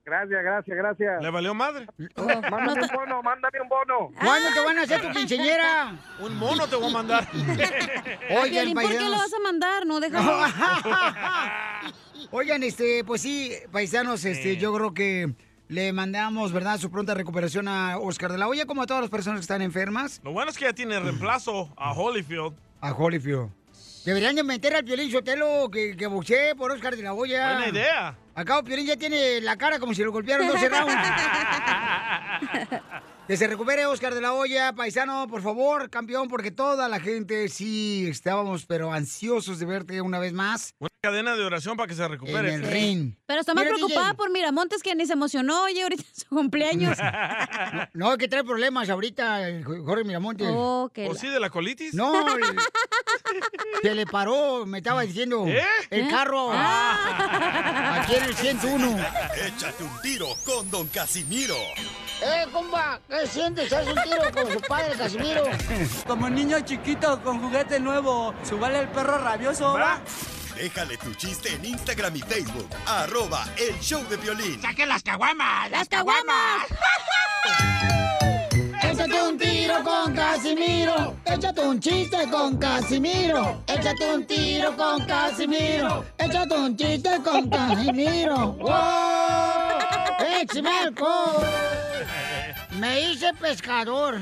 Speaker 16: Gracias, gracias, gracias.
Speaker 4: Le valió madre.
Speaker 3: Oh.
Speaker 16: Mándame un bono, mándame un
Speaker 3: Ah.
Speaker 16: bono.
Speaker 1: ¿Cuándo te van a hacer tu quinceañera?
Speaker 4: Un mono te voy
Speaker 1: <laughs>
Speaker 4: a mandar.
Speaker 3: Ay, Piolín, ¿por qué lo vas a mandar? No, déjalo.
Speaker 1: <laughs> Oigan, este, pues sí, paisanos, este, yo creo que le mandamos, ¿verdad?, su pronta recuperación a Oscar de la Hoya, como a todas las personas que están enfermas,
Speaker 4: Lo bueno es que ya tiene reemplazo a Holyfield.
Speaker 1: a Holyfield. Deberían de meter al Piolín Sotelo que, que boxee por Oscar de la Hoya.
Speaker 4: Buena idea.
Speaker 1: Acá Piolín ya tiene la cara como si lo golpearon 12
Speaker 4: <laughs>
Speaker 1: rounds. Que se recupere Oscar de la Hoya, paisano, por favor, campeón, porque toda la gente sí estábamos, pero ansiosos de verte una vez más
Speaker 4: Una cadena de oración para que se
Speaker 1: en
Speaker 4: recupere.
Speaker 1: el ring.
Speaker 3: Pero está más
Speaker 1: Mira,
Speaker 3: preocupada
Speaker 1: DJ.
Speaker 3: por Miramontes que ni se emocionó, oye, ahorita <laughs> es su
Speaker 4: <laughs>
Speaker 3: cumpleaños.
Speaker 1: No, que trae problemas ahorita el Jo- Jorge Miramontes.
Speaker 3: Oh, que
Speaker 4: ¿O Pues sí de la colitis?
Speaker 1: No, el-
Speaker 4: <laughs>
Speaker 1: se le paró, me estaba diciendo,
Speaker 8: ¿Eh? Ah.
Speaker 1: el carro. Aquí en el 101.
Speaker 8: Échate un tiro con Don Casimiro.
Speaker 1: <laughs> ¡Eh, comba! ¿Qué sientes? ¿Haz un tiro con su padre, Casimiro?
Speaker 9: Como niño chiquito con juguete nuevo, subale el perro rabioso, ¿va?
Speaker 8: Déjale tu chiste en Instagram y Facebook. Arroba el show de violín.
Speaker 9: ¡Saquen las caguamas!
Speaker 1: ¡Las caguamas! Échate un tiro con Casimiro. Échate un chiste con Casimiro. Échate un tiro con Casimiro. Échate un chiste con
Speaker 4: <laughs>
Speaker 1: Casimiro. ¡Wow! ¡Échame alcohol! Me hice pescador.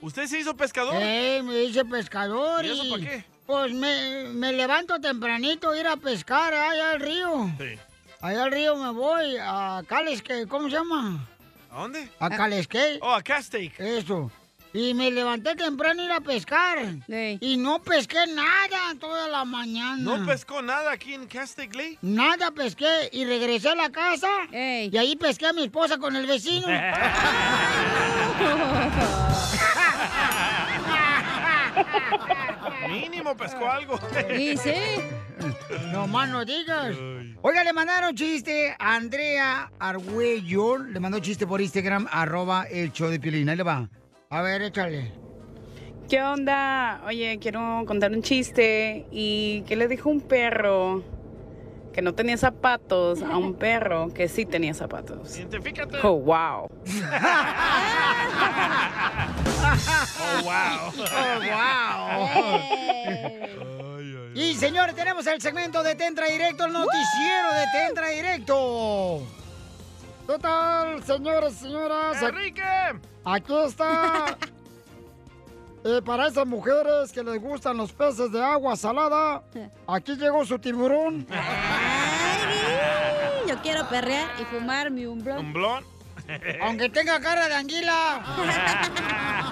Speaker 4: ¿Usted se hizo pescador?
Speaker 1: Eh, me hice pescador.
Speaker 4: ¿Y eso pa' qué?
Speaker 1: Pues me, me levanto tempranito a ir a pescar allá al río.
Speaker 4: Sí.
Speaker 1: Allá al río me voy, a Cales, que, ¿cómo se llama?
Speaker 4: ¿A dónde?
Speaker 1: A Calesqué.
Speaker 4: Oh, a Castake.
Speaker 1: Eso. Y me levanté temprano a ir a pescar. Y no pesqué nada toda la mañana.
Speaker 4: ¿No pescó nada aquí en
Speaker 3: <laughs>
Speaker 4: Castake Lake?
Speaker 1: Nada pesqué y regresé a la casa y ahí pesqué a mi esposa con el
Speaker 4: <laughs>
Speaker 1: vecino.
Speaker 4: Mínimo pescó algo.
Speaker 1: Y sí. No más no digas. Oiga, le mandaron chiste a Andrea Argüello. Le mandó chiste por Instagram, arroba el show de Piolín. Ahí le va. A ver, échale.
Speaker 17: ¿Qué onda? Oye, quiero contar un chiste. ¿Y qué le dijo un perro que no tenía zapatos a un perro que sí tenía zapatos?
Speaker 4: Identifícate.
Speaker 17: Oh, wow.
Speaker 4: Oh, wow.
Speaker 1: Y señores, tenemos el segmento de Tentra Directo, el noticiero de Tentra Directo. Total, señores, señoras.
Speaker 4: Enrique.
Speaker 1: Aquí
Speaker 4: <laughs>
Speaker 1: está. Eh, para esas mujeres que les gustan los peces de agua
Speaker 4: <laughs>
Speaker 1: salada, aquí llegó su tiburón.
Speaker 3: Yo quiero perrear y fumarme un blon.
Speaker 4: ¿Un blon?
Speaker 1: Aunque tenga cara de anguila.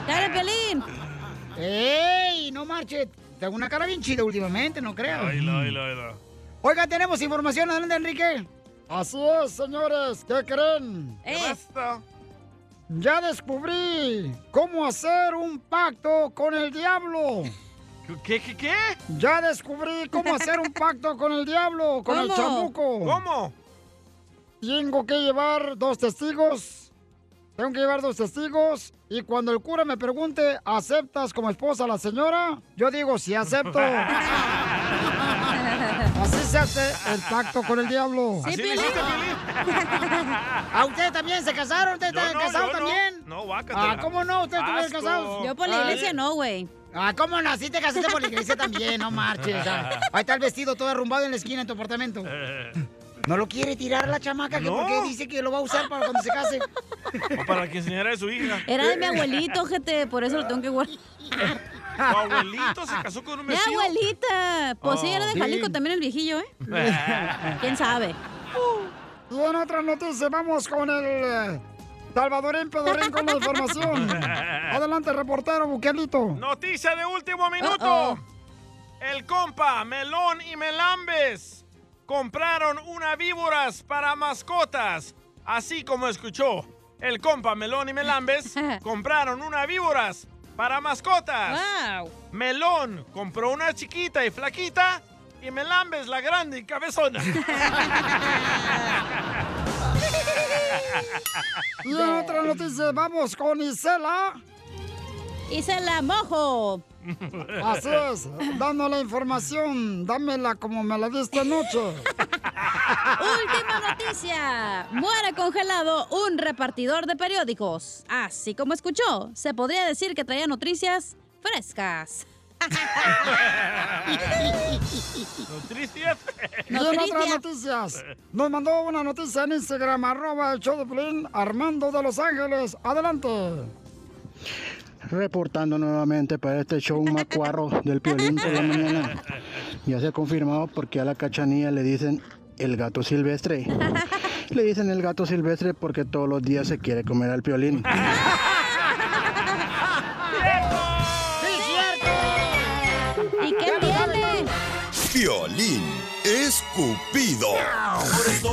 Speaker 3: ¡Dale, Pelín!
Speaker 1: ¡Ey! No marche. Tengo una cara bien chida últimamente, no creo.
Speaker 4: Oílo, oílo, oílo.
Speaker 1: Oiga, tenemos información. ¿Adelante, Enrique? Así es, señores. ¿Qué creen? Esto. Ya descubrí cómo hacer un pacto con el diablo.
Speaker 4: ¿Qué, qué, qué?
Speaker 1: Ya descubrí cómo hacer un pacto con el diablo, con el
Speaker 4: ¿Cómo?
Speaker 1: chamuco.
Speaker 4: ¿Cómo?
Speaker 1: Tengo que llevar dos testigos. Tengo que llevar dos testigos. Y cuando el cura me pregunte, ¿aceptas como esposa a la señora? Yo digo, sí, acepto. Así se hace el pacto con el diablo.
Speaker 4: ¿Así le hiciste,
Speaker 1: ¿A Ah, ustedes también se casaron? ¿Ustedes
Speaker 4: Yo
Speaker 1: están
Speaker 4: no,
Speaker 1: casados
Speaker 4: yo no.
Speaker 1: también?
Speaker 4: No, guácatela.
Speaker 1: Ah, ¿cómo no? ¿Ustedes estuvieron
Speaker 4: Asco.
Speaker 1: casados?
Speaker 3: Yo por la iglesia no, güey.
Speaker 1: Ah, ¿cómo no? Así te casaste por la iglesia también, no marches. ah. Ahí está el vestido todo arrumbado en la esquina de tu apartamento. No lo quiere tirar la chamaca, que
Speaker 4: Eh. No.
Speaker 1: porque dice que lo va a usar para cuando se case.
Speaker 4: O para que enseñara a su hija.
Speaker 3: Era de mi abuelito, gente, por eso lo tengo que guardar.
Speaker 4: Tu abuelito se casó con un
Speaker 3: Mi
Speaker 4: vecino.
Speaker 3: abuelita. Pues sí,
Speaker 4: Oh.
Speaker 3: era de
Speaker 4: Sí.
Speaker 3: Jalisco también el
Speaker 4: <laughs>
Speaker 3: viejillo, ¿eh? ¿Quién sabe?
Speaker 1: Y en otras noticias, vamos con el eh, Salvadorín Pedorín con la
Speaker 4: <laughs>
Speaker 1: información. Adelante, reportero Buquelito.
Speaker 4: Noticia de último minuto.
Speaker 1: Uh-oh.
Speaker 4: El compa Melón y Melambes compraron una víboras para mascotas. Así como escuchó, el compa Melón y Melambes compraron una víboras para mascotas.
Speaker 9: Ah.
Speaker 4: Melón compró una chiquita y flaquita y Melambes la grande y cabezona. <laughs>
Speaker 1: Y en otras noticias, vamos con Isela.
Speaker 3: Y se la mojo.
Speaker 1: Así es, dando la información, dámela como me la diste anoche.
Speaker 3: Última noticia. Muere congelado un repartidor de periódicos. Así como escuchó, se podría decir que traía noticias frescas.
Speaker 4: Noticias.
Speaker 1: Y en otras noticias, nos mandó una noticia en Instagram, arroba el show de Piolín, Armando de Los Ángeles. Adelante.
Speaker 18: reportando nuevamente para este show macuarro del Piolín por la mañana. Ya se ha confirmado porque a la cachanilla le dicen el gato silvestre. Le dicen el gato silvestre porque todos los días se quiere comer al Piolín.
Speaker 3: ¿Y qué tiene?
Speaker 8: Piolín escupido.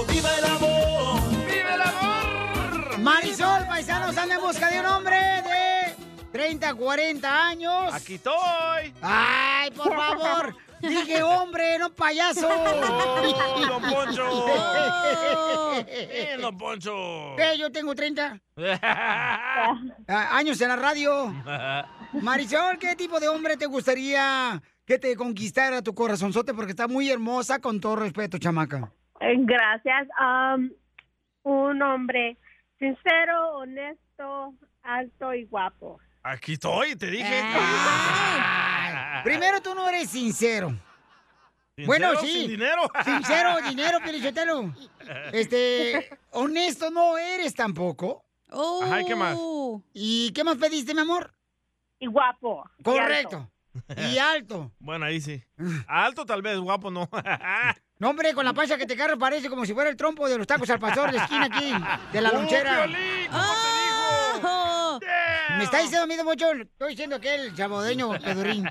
Speaker 1: ¡Viva el amor! ¡Viva el amor! Marisol, paisanos, anda en busca de un hombre de 30, 40 años.
Speaker 4: Aquí estoy.
Speaker 1: ¡Ay, por favor! Dije hombre, no payaso.
Speaker 4: ¡Oh, don Poncho!
Speaker 1: <laughs> Oh.
Speaker 4: ¡Bien, don Poncho!
Speaker 1: Eh, yo tengo 30 ah, años en la radio. Marisol, ¿qué tipo de hombre te gustaría que te conquistara tu corazonzote? Porque está muy hermosa, con todo respeto, chamaca.
Speaker 19: Eh, Gracias. Am, un hombre sincero, honesto, alto y guapo.
Speaker 4: Aquí estoy, te dije. Ah,
Speaker 1: Primero, tú no eres sincero.
Speaker 4: ¿Sincero?
Speaker 1: bueno, sí.
Speaker 4: ¿Sin dinero? <laughs>
Speaker 1: Sincero, dinero, Pirichotelo. Este,
Speaker 4: <laughs>
Speaker 1: honesto no eres tampoco.
Speaker 4: Ajá, ¿y qué más?
Speaker 1: ¿Y qué más pediste, mi amor?
Speaker 19: Y guapo.
Speaker 1: Correcto. Y alto. Ah.
Speaker 4: Bueno, ahí sí. Alto tal vez, guapo no. <laughs>
Speaker 1: No, hombre, con la panza que te carga parece como si fuera el trompo de los tacos al pastor de esquina aquí, de la
Speaker 4: ¡Oh,
Speaker 1: lonchera.
Speaker 4: Piolín,
Speaker 1: ¡Oh! Me está diciendo a mí, Don Poncho, estoy diciendo que el
Speaker 4: <laughs>
Speaker 1: chamodeño pedurín.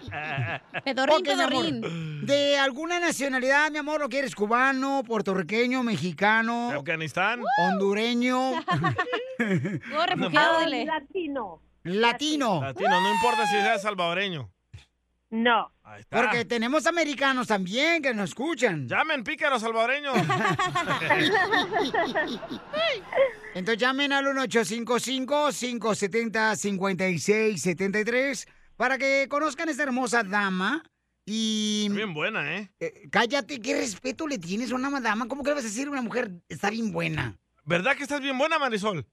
Speaker 3: Pedorín,
Speaker 1: Ok, mi amor. De alguna nacionalidad, mi amor, lo que eres cubano, puertorriqueño, mexicano.
Speaker 4: Afganistán.
Speaker 1: Hondureño.
Speaker 19: Ah, Latino.
Speaker 1: Latino.
Speaker 4: Latino, no importa si sea salvadoreño.
Speaker 19: No.
Speaker 4: está.
Speaker 1: Porque tenemos americanos también que nos escuchan.
Speaker 4: Llamen pícaros salvadoreños.
Speaker 1: <laughs> Entonces llamen al 1855-570-5673 para que conozcan a esta hermosa dama. Y.
Speaker 4: Bien buena, ¿eh?
Speaker 1: Eh, Cállate, qué respeto le tienes a una dama. ¿Cómo que le vas a decir a una mujer está bien buena?
Speaker 4: ¿Verdad que estás bien buena, Marisol?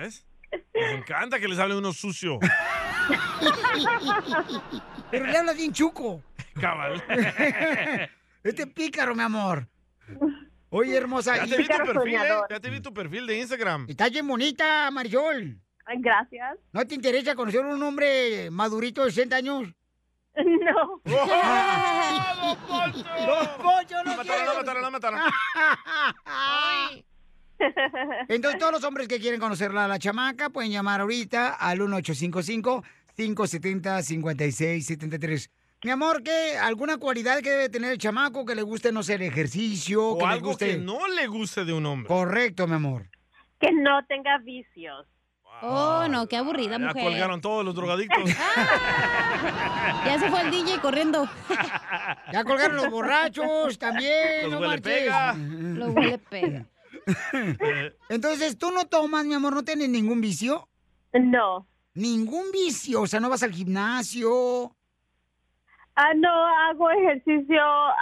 Speaker 4: ¿Ves? Les encanta que les hable
Speaker 1: <laughs>
Speaker 4: uno sucio.
Speaker 1: Pero le hablas bien chuco.
Speaker 4: Cabal.
Speaker 1: Este pícaro, mi amor. Oye, hermosa.
Speaker 4: Ya
Speaker 1: y-
Speaker 4: te vi tu perfil, ¿eh? Ya te vi tu perfil de Instagram.
Speaker 1: Estás bien bonita, Marisol. gracias. ¿No te interesa conocer un hombre madurito de 60 años? <laughs> No.
Speaker 4: ¡Oh,
Speaker 1: ¡Don Poncho, no
Speaker 4: La mataron, la
Speaker 1: quiero!
Speaker 4: mataron, la mataron.
Speaker 1: <laughs> Entonces, todos los hombres que quieren conocerla a la chamaca pueden llamar ahorita al 1855-570-5673. Mi amor, ¿qué, ¿alguna cualidad que debe tener el chamaco que le guste, no sé, el ejercicio?
Speaker 4: O
Speaker 1: que le
Speaker 4: algo
Speaker 1: guste...
Speaker 4: que no le guste de un hombre.
Speaker 1: Correcto, mi amor.
Speaker 19: Que no tenga vicios.
Speaker 3: Oh, no, qué aburrida
Speaker 4: Ya
Speaker 3: mujer.
Speaker 4: colgaron todos los drogadictos.
Speaker 3: Ya se fue el DJ corriendo.
Speaker 1: Ya colgaron los borrachos Pues, también.
Speaker 4: Los
Speaker 1: no
Speaker 4: huele
Speaker 1: marches.
Speaker 4: pega.
Speaker 3: Los huele pega.
Speaker 1: Entonces, ¿tú no tomas, mi amor? ¿No tienes ningún vicio? No. ¿Ningún vicio? O sea, ¿no vas al gimnasio?
Speaker 19: Ah, no, hago ejercicio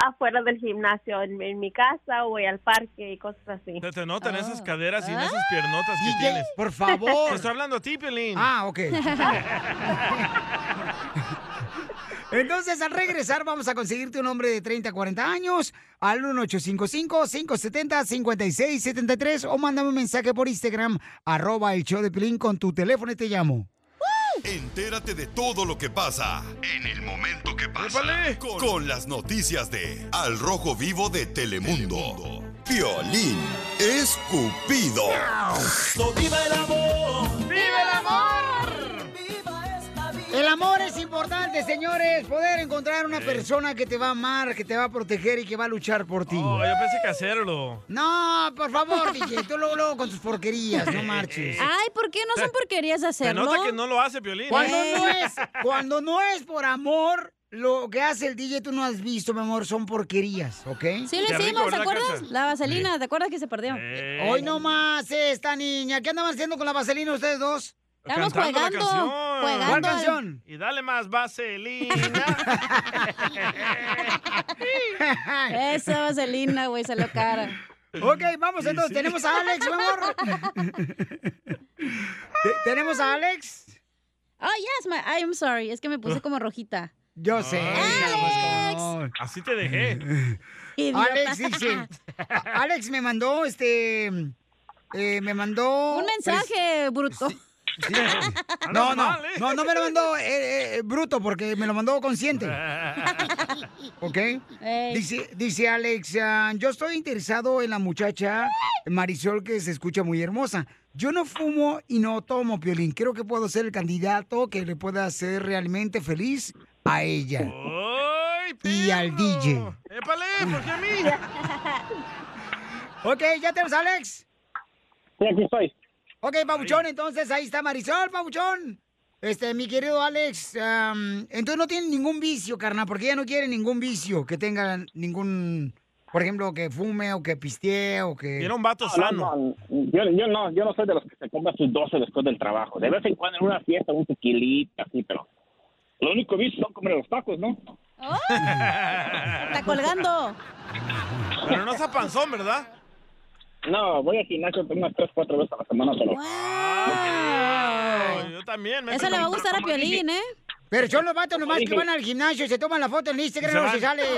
Speaker 19: afuera del gimnasio, en, en mi casa, o voy al parque y cosas así.
Speaker 4: Se te notan esas
Speaker 1: Ah.
Speaker 4: caderas y en esas piernotas que tienes.
Speaker 1: Por favor.
Speaker 4: Te estoy hablando a ti, Pelín.
Speaker 1: Ah,
Speaker 4: <laughs>
Speaker 1: ok. <laughs> Entonces, al regresar, vamos a conseguirte un hombre de 30, 40 años al 1855-570-5673 o mándame un mensaje por Instagram, arroba el show de Pilín con tu teléfono y te llamo.
Speaker 8: Entérate de todo lo que pasa en el momento que pasa con, con las noticias de Al Rojo Vivo de Telemundo. Violín escupido.
Speaker 1: ¡Viva el amor!
Speaker 4: ¡Viva el amor!
Speaker 1: El amor es importante, señores. Poder encontrar una persona que te va a amar, que te va a proteger y que va a luchar por ti.
Speaker 4: Oh, yo pensé que hacerlo.
Speaker 1: No, por
Speaker 3: <laughs>
Speaker 1: favor, DJ, tú luego, luego con tus porquerías, no marches.
Speaker 3: Ay, ¿por qué no son porquerías
Speaker 4: Se
Speaker 3: hacerlo?
Speaker 4: nota que no lo hace, Piolín. ¿eh?
Speaker 1: Cuando
Speaker 4: <laughs>
Speaker 1: no es, cuando no es por amor, lo que hace el DJ tú no has visto, mi amor, son porquerías, ¿ok?
Speaker 3: Sí, lo hicimos, ¿te acuerdas? La vaselina, ¿te acuerdas que se perdió?
Speaker 1: Hoy nomás esta niña. ¿Qué andaban haciendo con la vaselina ustedes dos?
Speaker 3: Estamos
Speaker 4: Cantando la
Speaker 3: jugando,
Speaker 4: canción.
Speaker 3: jugando
Speaker 1: ¿Cuál canción?
Speaker 4: Y dale más vaselina.
Speaker 1: <laughs>
Speaker 3: Esa vaselina, güey, se lo cara.
Speaker 1: Ok, vamos entonces. Tenemos a Alex, mi amor. Te- ¿Tenemos a Alex?
Speaker 3: Oh, yes, my, I'm sorry. Es que me puse como rojita.
Speaker 1: Yo sé. Alex.
Speaker 4: Así te dejé.
Speaker 3: Idiota.
Speaker 1: Alex dice. a- Alex me mandó este. eh, me mandó. pues,
Speaker 3: Un mensaje, bruto.
Speaker 1: No, no,
Speaker 9: ¿eh?
Speaker 1: no, no me lo mandó eh, eh, bruto porque me lo mandó consciente. ¿Ok?
Speaker 3: Ey.
Speaker 1: Dice, dice Alex, ah, yo estoy interesado en la muchacha Marisol que se escucha muy hermosa. Yo no fumo y no tomo piolín. Creo que puedo ser el candidato que le pueda hacer realmente feliz a ella y al DJ.
Speaker 4: ¡Épale!
Speaker 1: <laughs>
Speaker 4: ¿Por qué a mí?
Speaker 1: Ok, ya tenemos a Alex.
Speaker 9: Sí, aquí estoy.
Speaker 1: Ok, Pabuchón, entonces ahí está Marisol, Pabuchón. Este, mi querido Alex, am, entonces no tiene ningún vicio, carnal, porque ella no quiere ningún vicio, que tenga ningún, por ejemplo, que fume o que pistee o que...
Speaker 4: Era un vato
Speaker 9: No, no, no. Yo, yo no, yo no soy de los que se compra sus 12 después del trabajo. De vez en cuando en una fiesta, un tequilita, así, pero lo único visto son comer los tacos, ¿no?
Speaker 4: <laughs>
Speaker 3: Está colgando.
Speaker 4: Pero no está panzón, ¿verdad?
Speaker 9: No, voy al gimnasio unas 3, 4 veces a la semana solo.
Speaker 4: Ay, yo también. me
Speaker 3: Eso le va a gustar a Piolín, ¿eh?
Speaker 1: Pero son los vatos nomás que van al gimnasio, se toman la foto en Instagram y luego se sale.
Speaker 4: <laughs>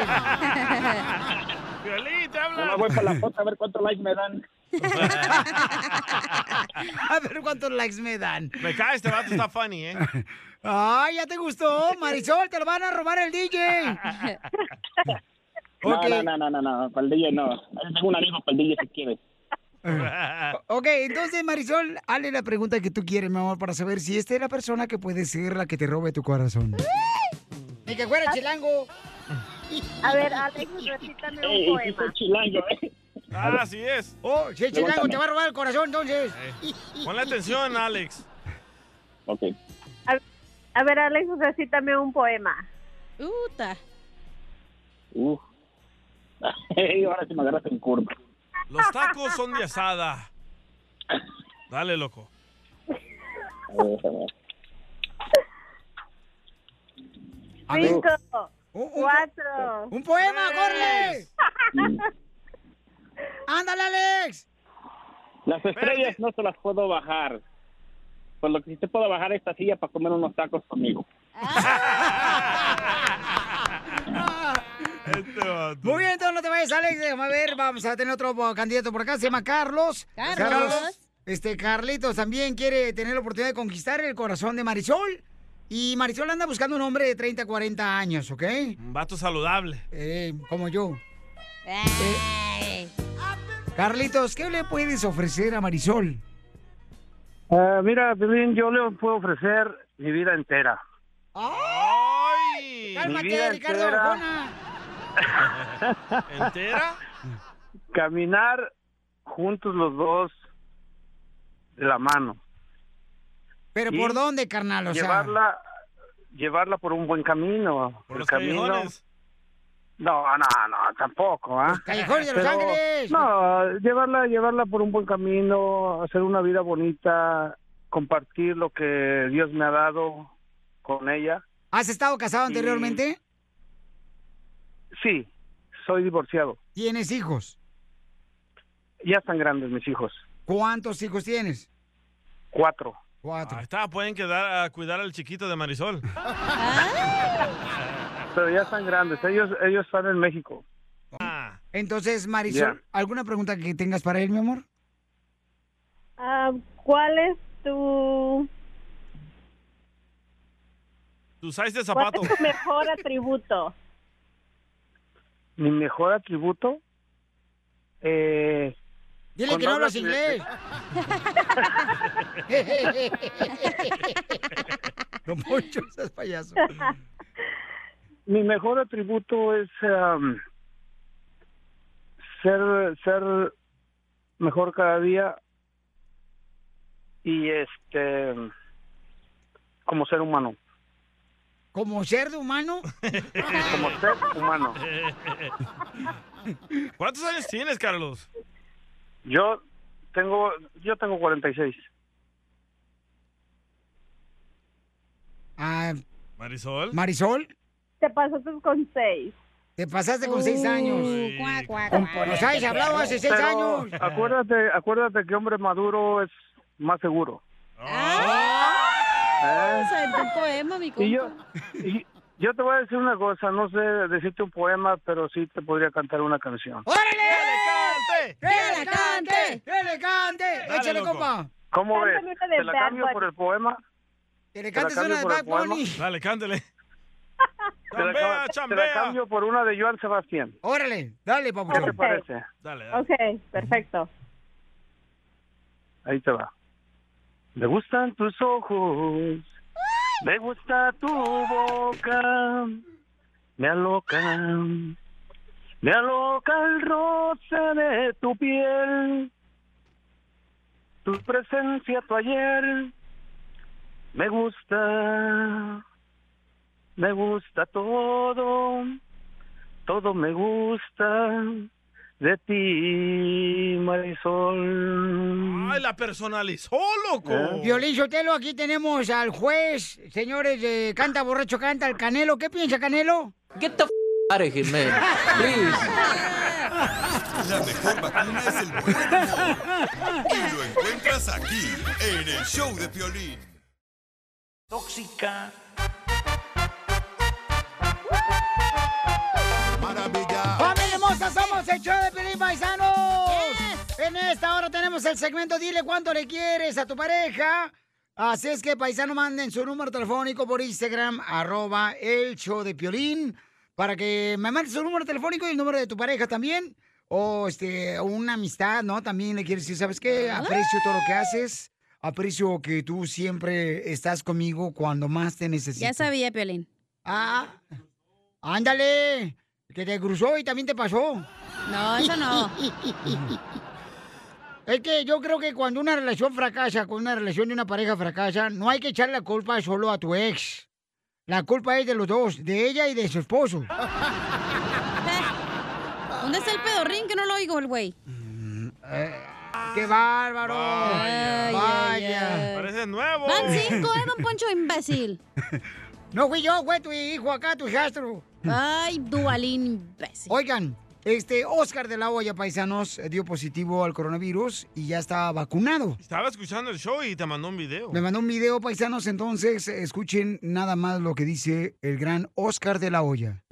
Speaker 4: Piolín, te
Speaker 9: Ahora
Speaker 4: habla.
Speaker 9: voy para la foto a ver cuántos likes me dan.
Speaker 1: <laughs> A ver cuántos likes me dan.
Speaker 4: Me cae este vato, está funny,
Speaker 1: <laughs>
Speaker 4: ¿eh?
Speaker 1: Ay, ya te gustó, Marisol, te lo van a robar el DJ.
Speaker 9: No,
Speaker 1: Ok.
Speaker 9: no, no, no, no, no, para el DJ no. Ahí Tengo un amigo para el DJ si quieres.
Speaker 1: <laughs> Ok, entonces Marisol, hazle la pregunta que tú quieres, mi amor, para saber si esta es la persona que puede ser la que te robe tu corazón. Ni que fuera chilango.
Speaker 19: A ver, Alex, recítame
Speaker 1: Ey,
Speaker 19: un
Speaker 1: sí
Speaker 19: poema.
Speaker 1: soy chilango, ¿eh?
Speaker 4: Ah, así es. Eh,
Speaker 1: Oh, si es chilango, te va a robar el corazón, entonces.
Speaker 4: Ponle atención, Alex.
Speaker 9: Ok.
Speaker 19: A ver, Alex, recítame un poema.
Speaker 3: Uta.
Speaker 9: Uf. <laughs> Ey, ahora sí me agarras en curva.
Speaker 4: Los tacos son de asada. Dale, loco.
Speaker 9: A ver, a ver.
Speaker 4: A ver.
Speaker 19: Cinco, cuatro.
Speaker 1: Oh, ¡Un poema, Corles! ¡Ándale, Alex!
Speaker 9: Las estrellas no se las puedo bajar. Por lo que sí te puedo bajar esta silla para comer unos tacos conmigo.
Speaker 1: Muy bien, entonces no te vayas, Alex. Déjame ver, vamos a tener otro candidato por acá. Se llama Carlos.
Speaker 3: Carlos.
Speaker 1: Este, Carlitos también quiere tener la oportunidad de conquistar el corazón de Marisol. Y Marisol anda buscando un hombre de 30, 40 años, ¿ok?
Speaker 4: Un vato saludable.
Speaker 1: Eh, como yo. Eh, Carlitos, ¿qué le puedes ofrecer a Marisol?
Speaker 16: Ah, mira, Piolín, yo le puedo ofrecer mi vida entera.
Speaker 4: ¡Ay!
Speaker 16: Mi vida entera.
Speaker 4: <laughs>
Speaker 16: <laughs>
Speaker 4: ¿Entera?
Speaker 16: Caminar juntos los dos de la mano.
Speaker 1: ¿Pero
Speaker 16: Y
Speaker 1: por dónde, carnal? O sea,
Speaker 16: llevarla, llevarla por un buen camino. el
Speaker 1: los
Speaker 16: camino.
Speaker 1: callejones.
Speaker 16: No, no, no, tampoco, ¿ah?
Speaker 1: callejones de Los
Speaker 16: Pero,
Speaker 1: Ángeles.
Speaker 16: No, llevarla, llevarla por un buen camino, hacer una vida bonita, compartir lo que Dios me ha dado con ella.
Speaker 1: ¿Has estado casado anteriormente?
Speaker 16: Sí, soy divorciado.
Speaker 1: ¿Tienes hijos?
Speaker 16: Ya están grandes mis hijos.
Speaker 1: ¿Cuántos hijos tienes?
Speaker 16: Cuatro.
Speaker 1: Cuatro.
Speaker 4: Ahí está, pueden quedar a cuidar al chiquito
Speaker 1: <laughs>
Speaker 4: de Marisol.
Speaker 19: Ah.
Speaker 16: Pero ya están grandes. Ellos, ellos están en México.
Speaker 1: Entonces, Marisol, ¿alguna pregunta que tengas para él, mi amor?
Speaker 19: Ah, ¿Cuál es tu,
Speaker 4: Tu size de
Speaker 19: cuál
Speaker 4: zapato.
Speaker 19: es tu mejor atributo?
Speaker 16: <laughs> Mi mejor atributo. Eh,
Speaker 1: Dile
Speaker 16: cuando
Speaker 1: que no hablas
Speaker 16: hablas- <laughs>
Speaker 1: inglés. <laughs> Don Poncho, seas payaso.
Speaker 16: Mi mejor atributo es am, ser, ser mejor cada día y este como ser humano.
Speaker 1: ¿Como ser de humano?
Speaker 16: Como ser humano.
Speaker 4: ¿Cuántos años tienes, Carlos?
Speaker 16: Yo tengo yo tengo 46.
Speaker 1: Ah,
Speaker 4: Marisol.
Speaker 1: Marisol,
Speaker 19: Te pasaste con seis.
Speaker 1: te pasaste con seis años. Nos habéis hablado hace seis
Speaker 16: Pero
Speaker 1: años.
Speaker 16: Acuérdate, acuérdate que hombre maduro es más seguro.
Speaker 4: Ah.
Speaker 16: ¿Eh?
Speaker 3: Suelta un poema, mi compa.
Speaker 16: Y yo, y yo te voy a decir una cosa, no sé decirte un poema, pero sí te podría cantar una canción.
Speaker 1: ¡Órale! ¡Que le cante! ¡Que le cante! ¡Échale,
Speaker 16: loco.
Speaker 1: compa!
Speaker 16: ¿Cómo ves?
Speaker 1: Cántame una de
Speaker 16: ¿Te la
Speaker 1: Bad
Speaker 16: cambio
Speaker 1: Bunny.
Speaker 16: por el poema?
Speaker 1: ¡Que le
Speaker 16: ¿Te la
Speaker 1: cantes una
Speaker 16: cambio
Speaker 1: de
Speaker 16: por el
Speaker 1: Bad
Speaker 16: poema?
Speaker 1: Bunny!
Speaker 4: Dale, cántele.
Speaker 16: Te la,
Speaker 4: Chambea,
Speaker 16: ca- te la
Speaker 4: chambea.
Speaker 16: cambio por una de Joan Sebastián.
Speaker 1: ¡Órale! ¡Dale,
Speaker 16: ¿Qué
Speaker 1: papuchón!
Speaker 16: te parece?
Speaker 4: Dale,
Speaker 19: Ok, perfecto.
Speaker 16: Ahí te va. Me gustan tus ojos, me gusta tu boca, me aloca, me aloca el roce de tu piel, tu presencia, tu ayer, me gusta, me gusta todo, todo me gusta de ti, Marisol.
Speaker 4: ¡Ay, la personalizó, loco!
Speaker 1: Violín Sotelo, aquí tenemos al juez, señores de Canta Borracho Canta, el Canelo. ¿Qué piensa Canelo? ¿Qué the
Speaker 20: Out of here, man.
Speaker 1: <laughs>
Speaker 8: La mejor vacuna es el buen humor. Y lo encuentras aquí, en el show de Piolín.
Speaker 13: Tóxica.
Speaker 1: ¡Familia hermosa, somos el show de Pelín Paisanos! En esta hora tenemos el segmento Dile cuánto le quieres a tu pareja. Así es que, paisano, manden su número telefónico por Instagram, arroba el show de Piolín. para que me mandes tu número telefónico y el número de tu pareja también. O este, o una amistad, ¿no? También le quieres decir, ¿sabes qué? Aprecio todo lo que haces. Aprecio que tú siempre estás conmigo cuando más te necesito.
Speaker 3: Ya sabía, Piolín.
Speaker 1: Ah, ándale. Que te cruzó y también te pasó.
Speaker 3: No, eso no.
Speaker 1: <laughs> Es que yo creo que cuando una relación fracasa, cuando una relación de una pareja fracasa, no hay que echar la culpa solo a tu ex. La culpa es de los dos, de ella y de su esposo.
Speaker 3: ¿Dónde está el pedorrín que no lo oigo, el güey?
Speaker 1: Eh, ¡Qué bárbaro!
Speaker 3: Vaya.
Speaker 1: Vaya.
Speaker 4: Parece nuevo.
Speaker 3: Van cinco, ¿eh, don Poncho, imbécil?
Speaker 1: <laughs> No fui yo, fue tu hijo acá, tu hijastro.
Speaker 3: Ay, Dualín, imbécil.
Speaker 1: Oigan, este Oscar de la Hoya, paisanos, dio positivo al coronavirus y ya está vacunado.
Speaker 4: Estaba escuchando el show y te mandó un video.
Speaker 1: Me mandó un video, paisanos, entonces escuchen nada más lo que dice el gran Oscar de la Hoya.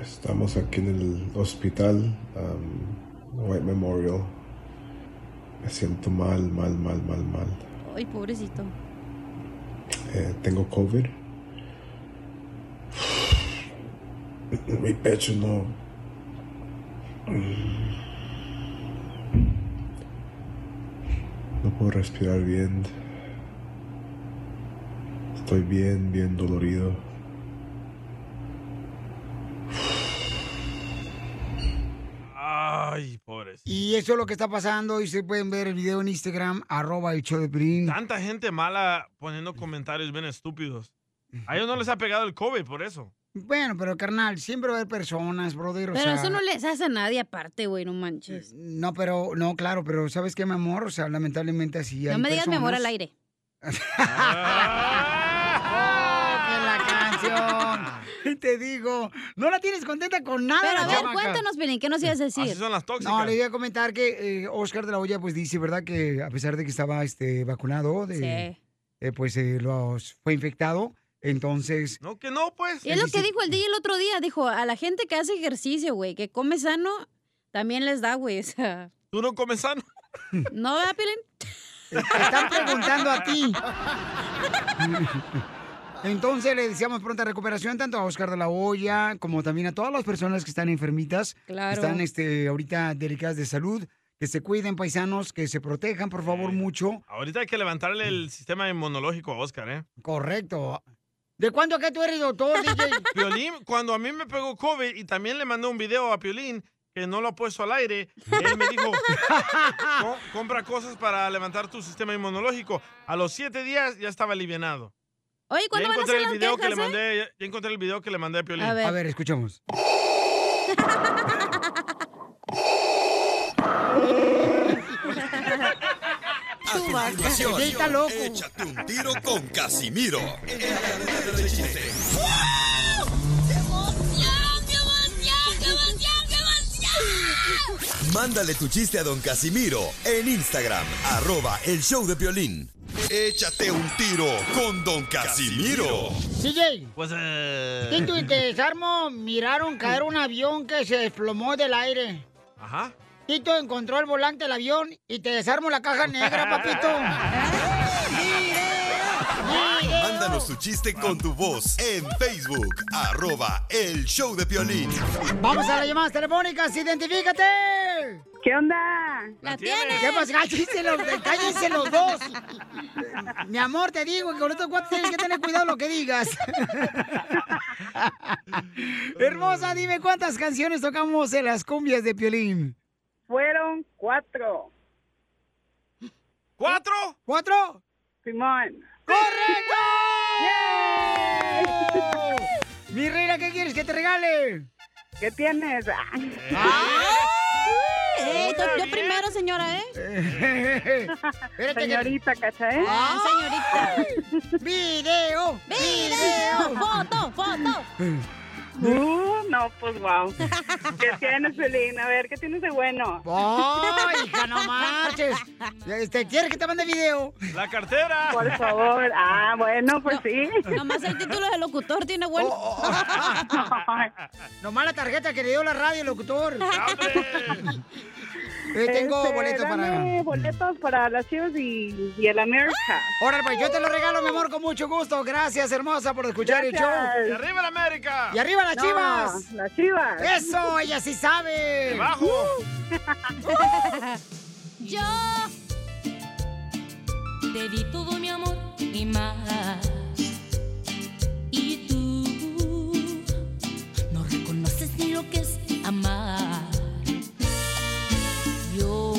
Speaker 21: Estamos aquí en el hospital, um, White Memorial. Me siento mal, mal, mal, mal, mal.
Speaker 3: Ay, pobrecito.
Speaker 21: Eh, tengo COVID. <sighs> Mi pecho no. Mm. No puedo respirar bien. Estoy bien, bien dolorido.
Speaker 4: Ay, pobrecito.
Speaker 1: Y eso es lo que está pasando y se pueden ver el video en Instagram, arroba el show de Piolín.
Speaker 4: Tanta gente mala poniendo comentarios bien estúpidos. A ellos no les ha pegado el COVID por eso.
Speaker 1: Bueno, pero carnal, siempre va a haber personas, brother. o
Speaker 3: Pero
Speaker 1: sea-
Speaker 3: eso no les hace a nadie aparte, güey, no manches.
Speaker 1: No, pero, no, claro, pero ¿sabes qué, mi amor? O sea, lamentablemente así
Speaker 3: No
Speaker 1: hay
Speaker 3: me digas mi amor
Speaker 1: personas. <laughs>
Speaker 3: al aire.
Speaker 1: ¡Oh, la canción! Te digo, no la tienes contenta con nada.
Speaker 3: Pero a
Speaker 1: la
Speaker 3: ver,
Speaker 1: chamaca.
Speaker 3: cuéntanos, Piolín, ¿qué nos ibas a decir?
Speaker 1: No, le iba a comentar que eh, Oscar de la Hoya, pues dice, ¿verdad? Que a pesar de que estaba este, vacunado, de,
Speaker 3: Sí.
Speaker 1: eh, pues eh, los- fue infectado. Entonces,
Speaker 4: No, que no, pues.
Speaker 3: Y es lo que dijo el DJ el otro día, dijo, a la gente que hace ejercicio, güey, que come sano, también les da, güey, <laughs> o sea...
Speaker 4: ¿Tú no comes sano?
Speaker 3: ¿No, ¿verdad, Piolín?
Speaker 1: <laughs> Te están preguntando a
Speaker 3: <laughs>
Speaker 1: ti. <laughs> Entonces le deseamos pronta recuperación tanto a Oscar de la Hoya como también a todas las personas que están enfermitas,
Speaker 3: Claro.
Speaker 1: que están este, ahorita delicadas de salud, que se cuiden paisanos, que se protejan por favor mucho.
Speaker 4: Ahorita hay que levantarle el sistema inmunológico a Oscar, ¿eh?
Speaker 1: Correcto. ¿De cuándo acá tú eres doctor, DJ?
Speaker 4: <laughs> Piolín, cuando a mí me pegó COVID y también le mandé un video a Piolín que no lo ha puesto al aire, él me
Speaker 1: <laughs>
Speaker 4: dijo, "Co- compra cosas para levantar tu sistema inmunológico. A los siete días ya estaba alivianado.
Speaker 3: Oye, ¿cuándo
Speaker 4: ya
Speaker 3: van a hacer
Speaker 4: encontré el
Speaker 3: las
Speaker 4: video que le
Speaker 3: quejas, eh?
Speaker 4: mandé, ya- ya encontré el video que le mandé a Piolín.
Speaker 1: A ver. A ver, escuchamos.
Speaker 8: A continuación,
Speaker 1: Sí, está loco.
Speaker 8: échate un tiro con Casimiro. Mándale tu chiste a don Casimiro en Instagram, arroba el show de violín. Échate un tiro con don Casimiro.
Speaker 1: DJ,
Speaker 4: Pues,
Speaker 1: en tu desarmo miraron caer un avión que se desplomó del aire.
Speaker 4: Ajá.
Speaker 1: Tito encontró el volante del avión y te desarmo la caja
Speaker 4: <laughs>
Speaker 1: negra,
Speaker 3: <laughs>
Speaker 1: papito.
Speaker 8: Mándanos tu chiste con tu voz en Facebook, arroba el show de violín.
Speaker 1: Vamos a las llamadas telefónicas, identifícate.
Speaker 14: ¿Qué onda?
Speaker 3: La
Speaker 1: tiene. ¿Qué pasa? Cállense los, cállense los dos. Mi amor, te digo que con estos cuatro tienes que tener cuidado lo
Speaker 14: <laughs>
Speaker 1: que digas. Hermosa, dime cuántas canciones tocamos en las cumbias de Piolín.
Speaker 14: Fueron cuatro.
Speaker 4: ¿Cuatro?
Speaker 1: ¿Cuatro?
Speaker 14: Simón. <laughs>
Speaker 1: ¡Correcto! Mi reina, ¿qué quieres que te regale?
Speaker 14: ¿Qué tienes?
Speaker 3: Eh, yo, yo primero, señora, ¿eh?
Speaker 1: Espérate que-
Speaker 14: Señorita, ¿cacha, eh?
Speaker 3: Ah, señorita.
Speaker 1: ¡Video!
Speaker 3: ¡Video! ¡Foto! ¡Foto!
Speaker 14: Uh, no, pues wow. ¿Qué tienes, Pelín? A ver, ¿qué tienes de bueno?
Speaker 1: ¡Ay, hija, no marches! Este, ¿Quieres que te mande video?
Speaker 4: ¡La cartera!
Speaker 14: Por
Speaker 4: <laughs>
Speaker 14: favor. Ah, bueno, pues sí.
Speaker 3: Nomás el título de locutor tiene bueno.
Speaker 1: Oh,
Speaker 14: <laughs>
Speaker 1: Nomás la tarjeta que le dio la radio, locutor. Eh, tengo
Speaker 14: Este,
Speaker 1: boletos
Speaker 14: dame
Speaker 1: para...
Speaker 14: boletos para las Chivas y, y el América.
Speaker 1: Ahora pues yo te lo regalo, mi amor, con mucho gusto. Gracias, hermosa, por escuchar
Speaker 14: Gracias.
Speaker 1: el
Speaker 14: Y
Speaker 1: show.
Speaker 14: arriba
Speaker 4: la América!
Speaker 1: ¡Y arriba las
Speaker 14: No,
Speaker 1: chivas!
Speaker 14: las Chivas.
Speaker 1: ¡Eso! ¡Ella sí sabe! <laughs>
Speaker 4: ¡Debajo!
Speaker 6: Yo te di todo mi amor y más. Y tú no reconoces ni lo que es amar. Yo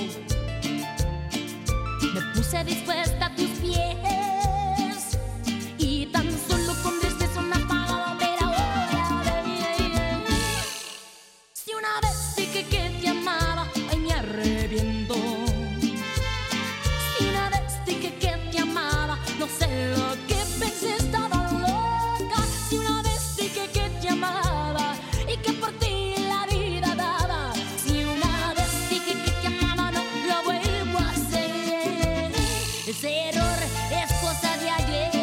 Speaker 6: me puse dispuesta a tus pies y tan solo con tres besos me apagaba, pero ahora bien. Si una vez dije que te amaba, ay me arrepiento. Si una vez dije que te amaba, no sé lo que pensé, estaba loca. Si una vez dije que te amaba y que por ti la vida daba. Si una vez dije que te amaba, no lo vuelvo a hacer. Ese error es cosa de ayer.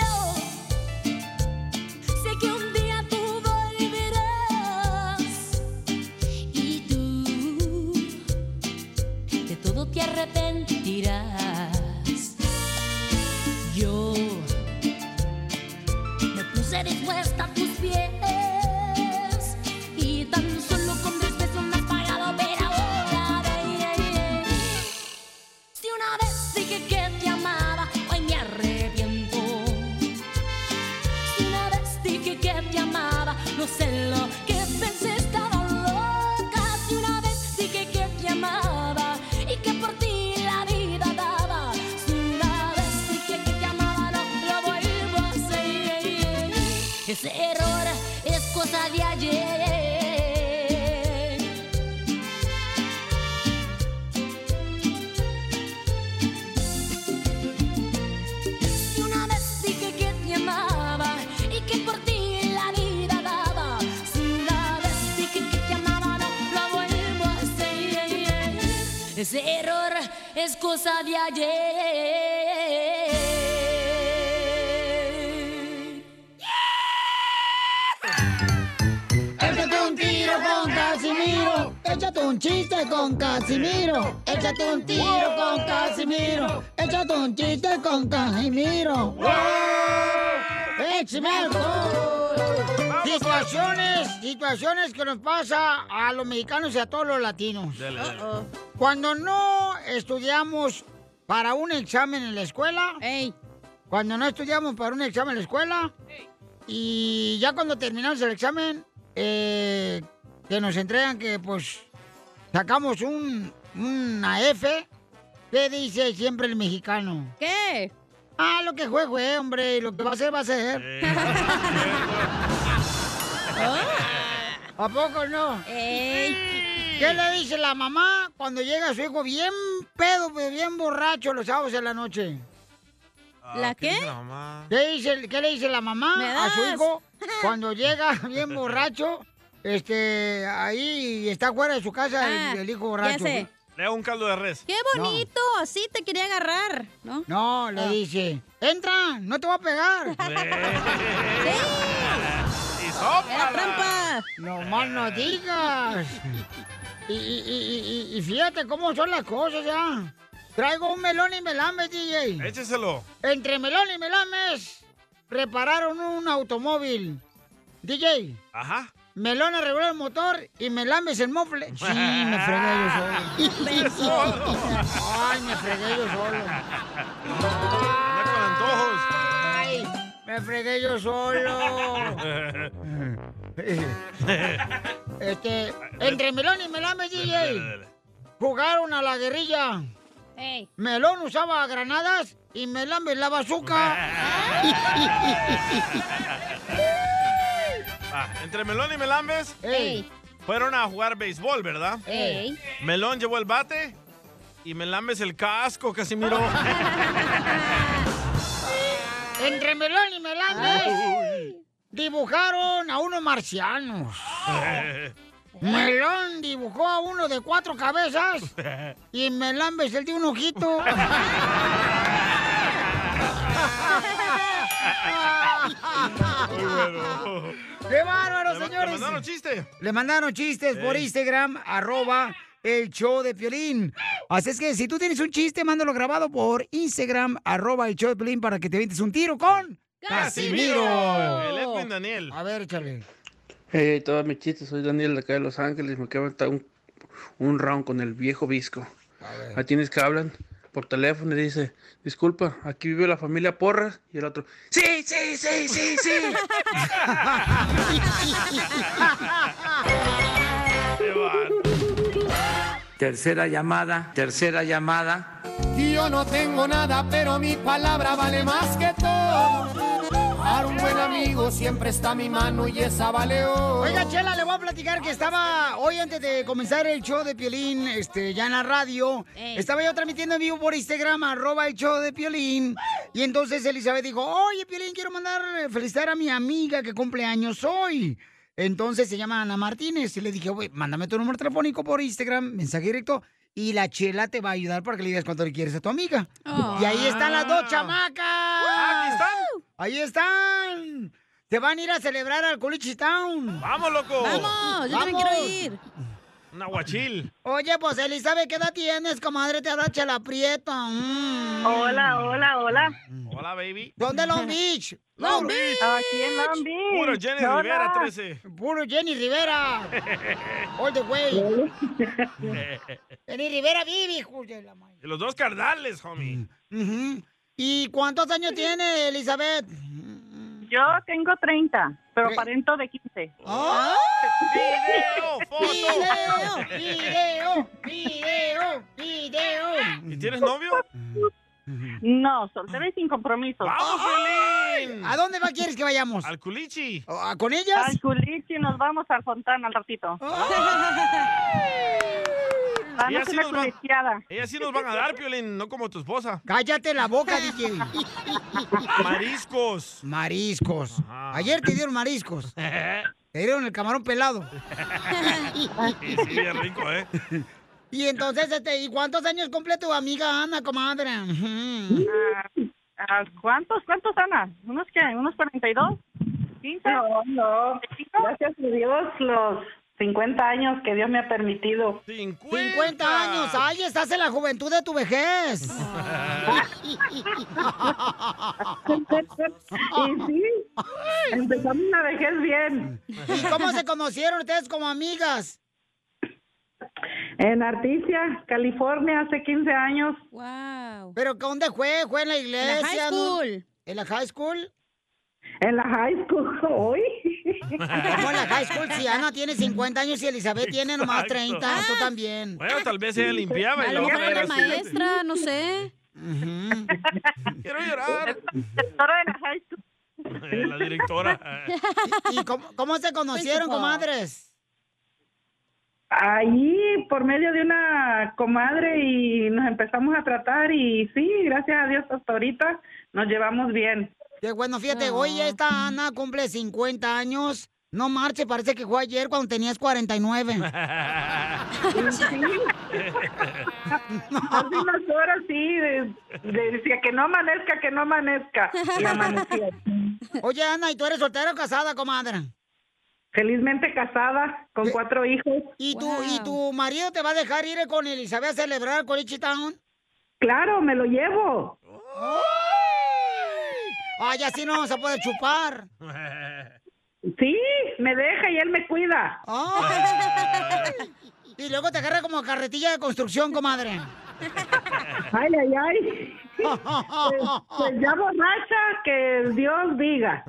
Speaker 6: yo sé que un día tú volverás y tú de todo te arrepentirás. Yo me puse dispuesta a tus pies y tan solo con tres besos me has pagado, pero ahora baby, si una vez dije que te amaba, hoy me arrepiento. Si una vez dije que te amaba, no sé lo que pensé, estaba loca. Si una vez dije que te amaba y que por ti la vida daba. Si una vez dije que te amaba, no lo vuelvo a hacer. Ese error es cosa de ayer. Y una vez dije que te amaba y que por ti la vida daba. Si una vez dije que te amaba, no lo vuelvo a hacer. Ese error es cosa de ayer.
Speaker 1: Échate un tiro con Casimiro. Échate un chiste con Casimiro. Échate un tiro con Casimiro. Échate un chiste con Casimiro. ¡Wow! ¡Échame alcohol! Situaciones, situaciones que nos pasa a los mexicanos y a todos los latinos.
Speaker 4: Dale, dale.
Speaker 1: Cuando no estudiamos para un examen en la escuela. Cuando no estudiamos para un examen en la escuela. Y ya cuando terminamos el examen, eh, que nos entregan que pues sacamos un, una F, ¿qué dice siempre el mexicano? ¿Qué? Ah, lo que fue, fue, hombre, y lo que va a ser, va a ser.
Speaker 4: Eh.
Speaker 1: ¿A poco no? ¿Qué le dice la mamá cuando llega su hijo bien pedo, pero bien borracho los sábados en la noche?
Speaker 3: Ah, ¿La qué?
Speaker 1: ¿Qué, dice- qué le dice la
Speaker 3: ¿Me
Speaker 1: mamá a su
Speaker 3: das? <laughs>
Speaker 1: hijo cuando llega bien borracho? Este, ahí está fuera de su casa el-
Speaker 3: Ah,
Speaker 1: el, hijo borracho.
Speaker 3: ya sé.
Speaker 4: Le hago un caldo de res.
Speaker 3: ¡Qué bonito! Así te quería agarrar, ¿no?
Speaker 1: No, le
Speaker 4: <laughs>
Speaker 1: dice, entra, no te voy a
Speaker 3: <laughs>
Speaker 1: pegar.
Speaker 4: ¡Sí! ¡Y
Speaker 1: ¡Era
Speaker 4: trampa!
Speaker 1: No más no digas. Y, y, y- y- y fíjate cómo son las cosas ya. Traigo un melón y melames, DJ.
Speaker 4: Écheselo.
Speaker 1: Entre melón y melames repararon un automóvil. DJ.
Speaker 4: Ajá.
Speaker 1: Melón arregló el motor y melames el mofle.
Speaker 4: <laughs>
Speaker 1: Sí, me fregué yo solo. Ay, me fregué yo solo. Ay, me fregué yo solo. Este, entre Melón y Melame, DJ, jugaron a la guerrilla. Melón usaba granadas y Melame la bazooka.
Speaker 4: Va, Ah, entre Melón y Melambes
Speaker 1: Ey.
Speaker 4: fueron a jugar béisbol, ¿verdad?
Speaker 1: Ey.
Speaker 4: Melón llevó el bate y Melambes el
Speaker 1: <laughs>
Speaker 4: casco, Casimiro.
Speaker 1: Entre Melón y Melame dibujaron a unos marcianos. Melón dibujó a uno de cuatro cabezas y Melambes el de un ojito. ¡Qué bárbaro,
Speaker 6: Le ma- le
Speaker 1: señores!
Speaker 6: mandaron
Speaker 1: chistes. Le mandaron chistes por
Speaker 6: Sí.
Speaker 1: Instagram, arroba el show de Piolín. Así es que si tú tienes un chiste, mándalo grabado por Instagram, arroba el show de Piolín, para que te ventes un tiro con...
Speaker 4: El Edwin Daniel.
Speaker 1: A ver, échale.
Speaker 7: Hey, todos mis chistes, soy Daniel de acá de Los Ángeles, me queda hasta un, un round con el viejo visco. A tienes que hablan por teléfono y dice, disculpa, aquí vive la familia Porras y el otro, sí, sí, sí, sí, sí.
Speaker 22: Tercera llamada, tercera llamada.
Speaker 23: Yo no tengo nada, pero mi palabra vale más que todo. Para un buen amigo siempre está mi mano y esa vale oro.
Speaker 1: Oiga, Chela, le voy a platicar que estaba hoy antes de comenzar el show de Piolín, este, ya en la radio.
Speaker 6: Ey.
Speaker 1: Estaba yo transmitiendo en vivo por Instagram, arroba el show de Piolín. Y entonces Elizabeth dijo, oye, Piolín, quiero mandar, eh, felicitar a mi amiga que cumple años hoy. Entonces se llama Ana Martínez. Y le dije, "Güey, mándame tu número telefónico por Instagram, mensaje directo. Y la Chela te va a ayudar para que le digas cuánto le quieres a tu amiga. Y ahí están las dos chamacas. ¡Ah, ¡Aquí están! ¡Ahí están! ¡Te van a ir a celebrar al Culichi Town!
Speaker 4: ¡Vamos, loco!
Speaker 3: Vamos, yo también quiero ir.
Speaker 4: Un aguachil.
Speaker 1: Oye, pues Elizabeth, ¿qué edad tienes, comadre? Te habla Chela Prieto.
Speaker 4: Hola, hola,
Speaker 1: hola.
Speaker 4: Hola, baby.
Speaker 1: ¿Dónde Long Beach?
Speaker 4: Long Beach. Aquí en Long Beach. Puro Jenny Hola. Rivera, 13.
Speaker 1: Puro Jenny Rivera. All the way. Jenny Rivera vive, hijo de la madre.
Speaker 4: Y <laughs> los dos cardales, homie.
Speaker 1: Ujú. ¿Y cuántos años tiene Elizabeth?
Speaker 14: Yo tengo 30, pero aparento de 15.
Speaker 1: ¡Oh!
Speaker 4: ¡Video! ¡Foto!
Speaker 1: ¡Video! ¡Video! ¡Video!
Speaker 4: ¿Y tienes novio?
Speaker 14: No, soltera y sin compromiso.
Speaker 1: ¿A dónde va quieres que vayamos? Ah,
Speaker 4: Al culichi.
Speaker 1: ¿Con ellas?
Speaker 14: Al culichi, nos vamos al Fontana al ratito.
Speaker 4: Y
Speaker 14: Vamos a
Speaker 4: así
Speaker 14: una
Speaker 4: nos van-
Speaker 14: culicheada.
Speaker 4: Ella sí nos van a dar, Piolín, no como tu esposa.
Speaker 1: Cállate la boca, DJ.
Speaker 4: Mariscos.
Speaker 1: Mariscos. Ayer te dieron mariscos. Te dieron el camarón pelado.
Speaker 4: Sí, sí, es rico, ¿eh?
Speaker 1: Y entonces, este, ¿y cuántos años cumple tu amiga
Speaker 24: <laughs>
Speaker 1: Ana, comadre? Ujú.
Speaker 14: Ah, ¿Cuántos, cuántos, Ana? ¿Unos qué? ¿Unos 42?
Speaker 24: No, no. Gracias a Dios los 50 años que Dios me ha permitido.
Speaker 1: 50 años. Ay, estás en la juventud de tu vejez.
Speaker 24: Y sí, empezamos la vejez bien.
Speaker 1: ¿Y cómo se conocieron ustedes como amigas?
Speaker 24: En Articia, California, hace 15 años.
Speaker 3: Wow.
Speaker 1: ¿Pero dónde fue? ¿Fue en la iglesia?
Speaker 24: high
Speaker 1: no?
Speaker 24: school.
Speaker 1: ¿En la high school?
Speaker 24: En la high school, <laughs> hoy.
Speaker 1: ¿Cómo en la high school? Si Ana tiene 50 años y Elizabeth tiene nomás
Speaker 4: Exacto.
Speaker 1: 30, tú
Speaker 4: <laughs>
Speaker 1: también.
Speaker 4: Bueno, tal vez ella limpiaba.
Speaker 3: A
Speaker 4: y
Speaker 3: lo
Speaker 4: luego
Speaker 3: mejor
Speaker 4: era
Speaker 3: era
Speaker 4: así.
Speaker 3: maestra, no sé.
Speaker 4: Quiero llorar.
Speaker 14: Directora de la high school.
Speaker 4: eh, La directora.
Speaker 1: ¿Y, y cómo, cómo se conocieron, comadres?
Speaker 24: Ahí, por medio de una comadre y nos empezamos a tratar y sí, gracias a Dios hasta ahorita nos llevamos bien.
Speaker 1: Qué bueno, fíjate, hoy esta Ana cumple 50 años. No marche, parece que fue ayer cuando tenías <laughs> 49.
Speaker 24: Hace unas horas sí, de- de- decía que no amanezca, que no amanezca.
Speaker 1: <laughs>
Speaker 24: Y amaneció.
Speaker 1: Oye, Ana, ¿y tú eres soltera o casada, comadre?
Speaker 24: Felizmente casada, con cuatro hijos.
Speaker 1: ¿Y, tú, ¿Y tu marido te va a dejar ir con Elizabeth a celebrar el Colichi Town?
Speaker 24: Claro, me lo llevo.
Speaker 1: Ay, así no se puede chupar.
Speaker 24: <laughs> Sí, me deja y él me cuida.
Speaker 1: Ay. Y luego te agarra como carretilla de construcción, comadre.
Speaker 24: Ay, ay,
Speaker 1: <laughs>
Speaker 24: ay. Pues, pues ya borracha, que Dios diga.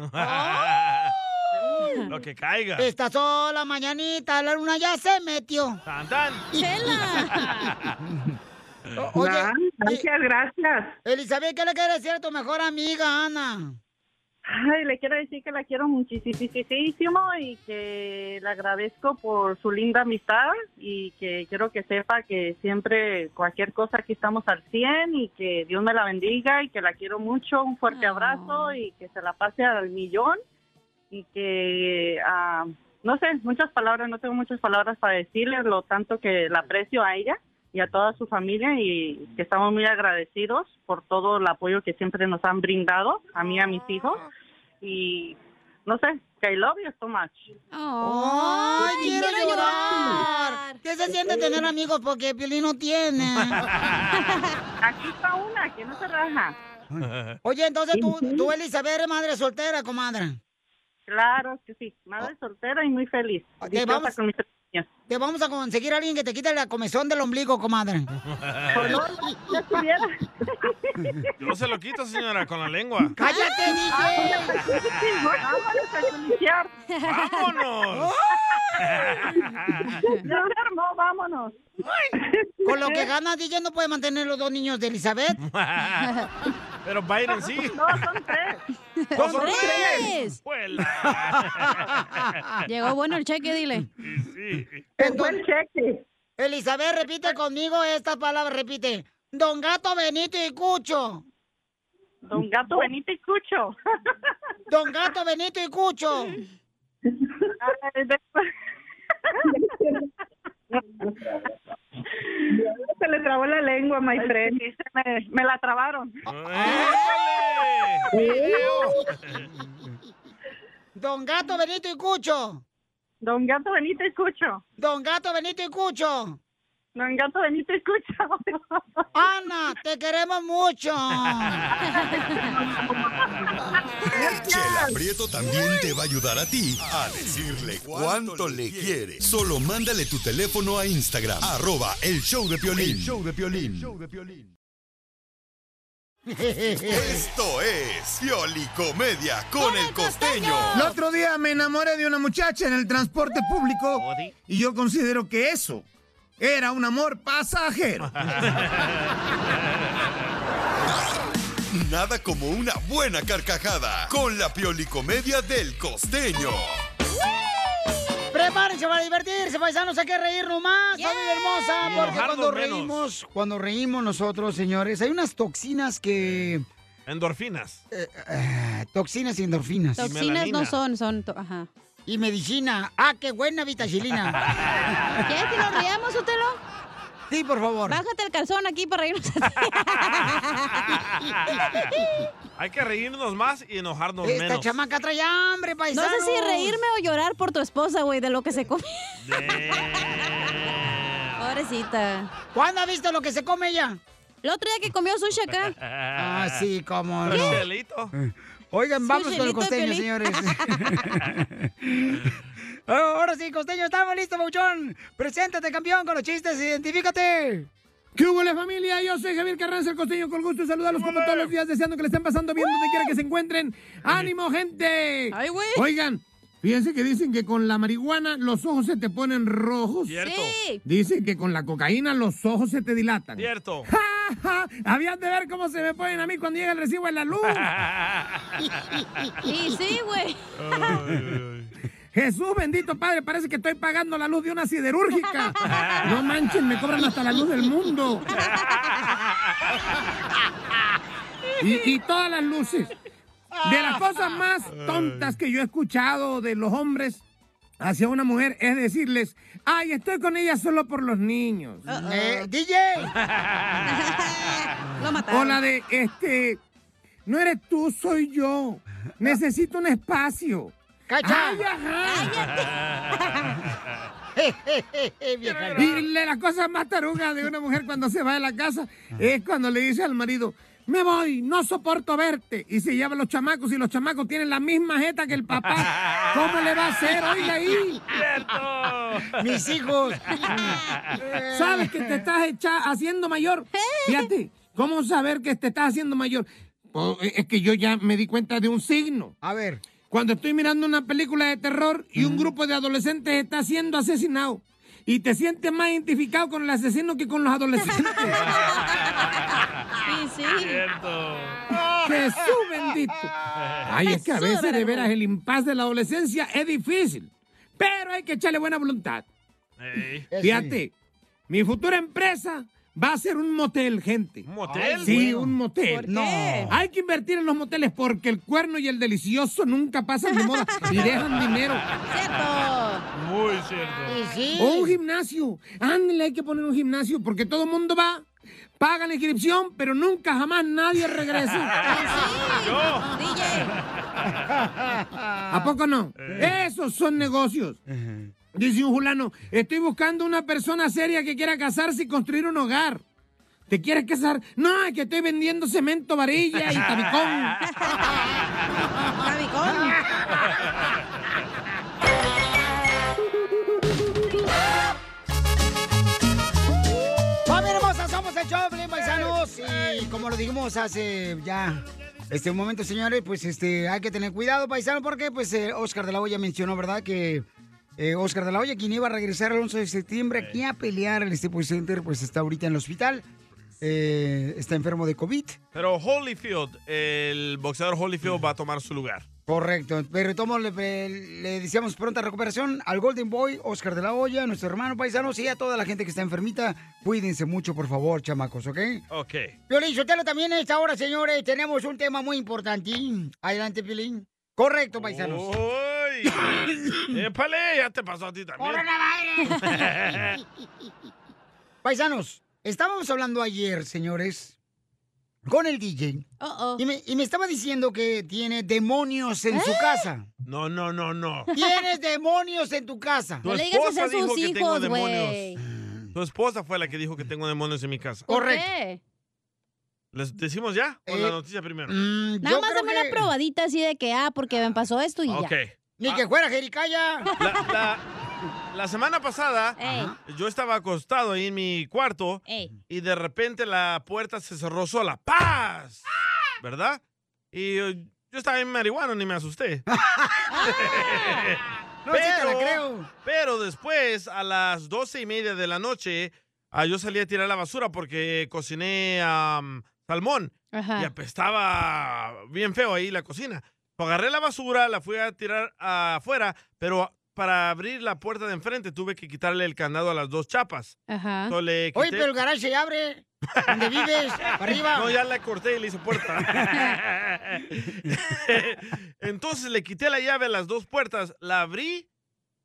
Speaker 4: Lo que caiga.
Speaker 1: Está sola, mañanita, la luna ya se metió.
Speaker 4: Tan, tan.
Speaker 24: Nah, gracias, gracias.
Speaker 1: Elizabeth, ¿qué le quieres decir a tu mejor amiga, Ana?
Speaker 14: Ay, le quiero decir que la quiero muchísimo y que le agradezco por su linda amistad y que quiero que sepa que siempre cualquier cosa aquí estamos al 100 y que Dios me la bendiga y que la quiero mucho, un fuerte abrazo y que se la pase al millón y que ah, no sé, muchas palabras, no tengo muchas palabras para decirles lo tanto que la aprecio a ella y a toda su familia y que estamos muy agradecidos por todo el apoyo que siempre nos han brindado a mí y a mis hijos y no sé, que I love you so much.
Speaker 1: ¡Ay, quiero,
Speaker 14: quiero
Speaker 1: llorar! ¿Qué se siente tener amigos? Porque Piolín no tiene.
Speaker 4: <laughs>
Speaker 14: Aquí está una, que no se raja.
Speaker 1: Oye, entonces tú, tú Elizabeth, eres madre soltera, comadre.
Speaker 14: Claro que sí, madre soltera y muy feliz.
Speaker 1: Te
Speaker 14: Dichosa
Speaker 1: vamos,
Speaker 14: con mis tres niñas.
Speaker 1: te vamos a conseguir a alguien que te quite la comezón del ombligo, comadre. <laughs>
Speaker 4: Yo se lo quito, señora, con la lengua.
Speaker 1: ¡Cállate,
Speaker 4: ¡Vámonos!
Speaker 14: <laughs> no, vámonos.
Speaker 1: Con lo que gana DJ no puede mantener los dos niños de Elizabeth.
Speaker 4: <laughs> Pero Biden sí.
Speaker 1: No, son tres.
Speaker 4: ¡Dos son
Speaker 1: tres!
Speaker 4: tres!
Speaker 1: Ah.
Speaker 4: ¡Huela!
Speaker 3: <laughs> Llegó bueno el cheque, dile.
Speaker 1: Entonces, Elizabeth, repite conmigo estas palabras, repite. Don Gato Benito y Cucho.
Speaker 14: Don Gato Benito y Cucho.
Speaker 1: Don Gato Benito y
Speaker 14: <laughs>
Speaker 1: Cucho.
Speaker 14: Ah, Se le trabó la lengua, my friend. Sí, se me, me la trabaron.
Speaker 1: Don Gato Benito y Cucho.
Speaker 14: Don Gato Benito y Cucho.
Speaker 1: Don Gato Benito y Cucho.
Speaker 14: Don Gato Benito y Cucho. <laughs>
Speaker 1: Ana, te queremos mucho.
Speaker 8: Chela Prieto también te va a ayudar a ti a decirle cuánto le quiere. Solo mándale tu teléfono a Instagram, arroba el show de Piolín.
Speaker 2: El
Speaker 8: show de Esto es Pioli Comedia con el costeño.
Speaker 13: El otro día me enamoré de una muchacha en el transporte público y yo considero que eso era un amor pasajero.
Speaker 8: Nada como una buena carcajada con la Pioli Comedia del costeño.
Speaker 1: Prepárense para divertirse, paisanos, hay que reírnos más, familia hermosa,
Speaker 8: Y
Speaker 1: porque
Speaker 8: enojarnos
Speaker 1: ah, cuando
Speaker 8: menos.
Speaker 1: reímos, cuando reímos nosotros, señores, hay unas toxinas que...
Speaker 8: Eh,
Speaker 4: Endorfinas.
Speaker 1: ah, toxinas y endorfinas.
Speaker 3: Toxinas no son, son. to- Ajá.
Speaker 1: Y medicina. Ah, qué buena vitacilina.
Speaker 3: ¿Quieres que nos riamos, Otelo?
Speaker 1: Sí, por favor.
Speaker 3: Bájate el calzón aquí para reírnos.
Speaker 4: <laughs>
Speaker 1: <laughs>
Speaker 4: Hay que reírnos más y enojarnos
Speaker 1: Esta
Speaker 4: menos.
Speaker 1: chamaca trae hambre,
Speaker 3: no
Speaker 1: paisanos.
Speaker 3: sé si reírme o llorar por tu esposa, güey, de lo que se come. Pobrecita.
Speaker 1: ¿Cuándo has visto lo que se come ella?
Speaker 3: El otro día que comió sushi acá.
Speaker 1: Ah, sí, cómo no.
Speaker 4: Chelito.
Speaker 1: Oigan, vamos con el
Speaker 3: Suchelito
Speaker 1: costeño,
Speaker 3: de Piolín.
Speaker 1: señores. Oh, Ahora sí, costeño, estamos listos, Bouchón. Preséntate, campeón, con los chistes, identifícate.
Speaker 13: ¿Qué hubo, la familia? Yo soy Javier Carranza, el costeño, con gusto de saludarlos como todos los días, deseando que le estén pasando bien donde quiera que se encuentren. ¡Ánimo, gente! Oigan, fíjense que dicen que con la marihuana los ojos se te ponen rojos.
Speaker 4: Cierto. Sí.
Speaker 13: Dicen que con la cocaína los ojos se te dilatan.
Speaker 4: Cierto.
Speaker 13: <laughs> ¡Ja, ja! Habían de ver cómo se me ponen a mí cuando llega el recibo en la
Speaker 4: <laughs>
Speaker 13: luz.
Speaker 3: Y sí, güey.
Speaker 13: Jesús bendito padre, parece que estoy pagando la luz de una siderúrgica. No manchen, me cobran hasta la luz del mundo. Y, y todas las luces. De las cosas más tontas que yo he escuchado de los hombres hacia una mujer es decirles, ay, estoy con ella solo por los niños.
Speaker 1: Eh, DJ.
Speaker 13: O la de, este, no eres tú, soy yo. Necesito un espacio.
Speaker 1: ¡Cacha!
Speaker 13: Ay,
Speaker 1: <laughs>
Speaker 13: ajá.
Speaker 1: vieja.
Speaker 13: Y le- la cosa más taruga de una mujer cuando se va de la casa es cuando le dice al marido, me voy, no soporto verte. Y se lleva a los chamacos y los chamacos tienen la misma jeta que el papá.
Speaker 1: <laughs>
Speaker 13: ¿Cómo le va a hacer? Oiga ahí. <laughs>
Speaker 1: Mis hijos.
Speaker 13: ¿Sabes que te estás echa- haciendo
Speaker 3: <laughs>
Speaker 13: mayor? Fíjate, ¿cómo saber que te estás haciendo mayor? Po- es que yo ya me di cuenta de un signo.
Speaker 1: A ver.
Speaker 13: Cuando estoy mirando una película de terror y un grupo de adolescentes está siendo asesinado y te sientes más identificado con el asesino que con los adolescentes.
Speaker 3: <laughs> Sí, sí.
Speaker 4: Cierto.
Speaker 13: Jesús bendito. Ay, es que a veces de veras el impas de la adolescencia es difícil, pero hay que echarle buena voluntad.
Speaker 4: Ey.
Speaker 13: Fíjate, mi futura empresa va a ser un motel, gente. ¿Un
Speaker 4: motel?
Speaker 13: Sí,
Speaker 4: Ay,
Speaker 13: un motel.
Speaker 4: ¿Por qué? No.
Speaker 13: Hay que invertir en los moteles
Speaker 4: <laughs>
Speaker 13: porque el cuerno y el delicioso nunca pasan de moda y dejan dinero.
Speaker 3: Cierto.
Speaker 4: Muy cierto.
Speaker 13: O un gimnasio. Ándale, hay que poner un gimnasio porque todo el mundo va, paga la inscripción, pero nunca jamás nadie
Speaker 4: <laughs>
Speaker 13: regresa.
Speaker 6: Yo. DJ.
Speaker 13: ¿A poco no? Esos son negocios. Dice un fulano, estoy buscando una persona seria que quiera casarse y construir un hogar. ¿Te quieres casar? No, es que estoy vendiendo cemento, varilla y
Speaker 9: <laughs>
Speaker 13: tabicón.
Speaker 1: ¡Familia hermosa! Somos el show, de Pelín, paisanos. Y como lo dijimos hace ya este un momento, señores, pues este hay que tener cuidado, paisano, porque pues eh, Oscar de la Hoya mencionó, ¿verdad? Que eh, Oscar de la Hoya, quien iba a regresar el 11 de septiembre aquí a pelear en este Staples Center, pues está ahorita en el hospital. Eh, está enfermo de COVID.
Speaker 4: Pero Holyfield, el boxeador Holyfield va a tomar su lugar.
Speaker 1: Correcto, pero tomo le, le deseamos pronta recuperación al Golden Boy, Oscar de la Hoya, nuestro hermano paisanos y a toda la gente que está enfermita. Cuídense mucho, por favor, chamacos, ¿ok?
Speaker 4: Ok.
Speaker 1: Piolín Sotelo, también en esta hora, señores, tenemos un tema muy importante. Adelante, Piolín. Correcto, paisanos.
Speaker 4: ¡Uy! ¡Épale! Ya te pasó a ti también. <laughs>
Speaker 1: ¡Coronavirus! Paisanos, estábamos hablando ayer, señores, con el DJ. Y, me, y me estaba diciendo que tiene demonios
Speaker 4: <gasps>
Speaker 1: en su
Speaker 4: ¿Eh?
Speaker 1: casa.
Speaker 4: No, no, no, no.
Speaker 1: Tienes demonios en tu casa.
Speaker 4: Tu esposa dijo que tengo demonios. Tu esposa fue la que dijo que tengo demonios en mi casa.
Speaker 1: <laughs> Correcto.
Speaker 4: ¿Les decimos ya? ¿O
Speaker 1: Eh,
Speaker 4: la noticia primero?
Speaker 1: mm,
Speaker 3: Nada más dame una probadita así de que, ah, porque me pasó esto y ya.
Speaker 4: Ok.
Speaker 1: Ni que fuera Jericaya.
Speaker 4: La semana pasada, yo estaba acostado ahí en mi cuarto
Speaker 3: Ey.
Speaker 4: <laughs> y de repente la puerta se cerró sola. ¡Paz! ¿Verdad? Y yo, yo estaba en marihuana, ni
Speaker 1: <laughs>
Speaker 4: me asusté.
Speaker 1: No, sí te la creo.
Speaker 4: Pero después, a las doce y media de la noche, ah, yo salí a tirar la basura porque cociné am, salmón.
Speaker 3: Ajá.
Speaker 4: Y apestaba bien feo ahí la cocina. Pues agarré la basura, la fui a tirar afuera, pero para abrir la puerta de enfrente tuve que quitarle el candado a las dos chapas.
Speaker 1: Ah.
Speaker 3: Ajá.
Speaker 4: Entonces le quité-
Speaker 1: Oye, pero el garage se abre. ¿Dónde vives?
Speaker 4: <laughs>
Speaker 1: Para arriba.
Speaker 4: eh. No, ya la corté y le hice puerta.
Speaker 1: <laughs>
Speaker 4: Entonces le quité la llave a las dos puertas, la abrí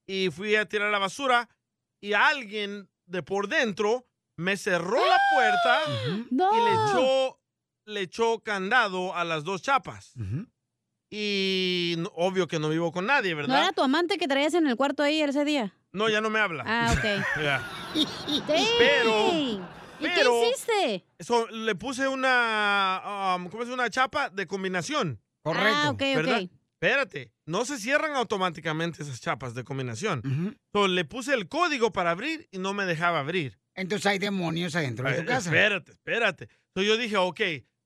Speaker 4: y fui a tirar la basura y alguien de por dentro me cerró la
Speaker 3: <gasps>
Speaker 4: puerta y le echó, le echó candado a las dos chapas. Y n- obvio que no vivo con nadie,
Speaker 3: ¿No
Speaker 4: ¿verdad?
Speaker 3: era tu amante que traías en el cuarto ahí ese día?
Speaker 4: No, ya no me habla.
Speaker 1: <laughs>
Speaker 3: Ah, ok.
Speaker 4: <laughs> Ya.
Speaker 3: Pero, ¿Y
Speaker 4: pero-
Speaker 3: qué hiciste?
Speaker 4: So, le puse una, um, ¿cómo es? Una chapa de combinación.
Speaker 3: Correcto. Ah, ok, ok.
Speaker 4: Espérate, no se cierran automáticamente esas chapas de combinación. So, le puse el código para abrir y no me dejaba abrir.
Speaker 1: Entonces hay demonios adentro de
Speaker 4: Eh,
Speaker 1: tu casa.
Speaker 4: Espérate, espérate. So, yo dije, ok,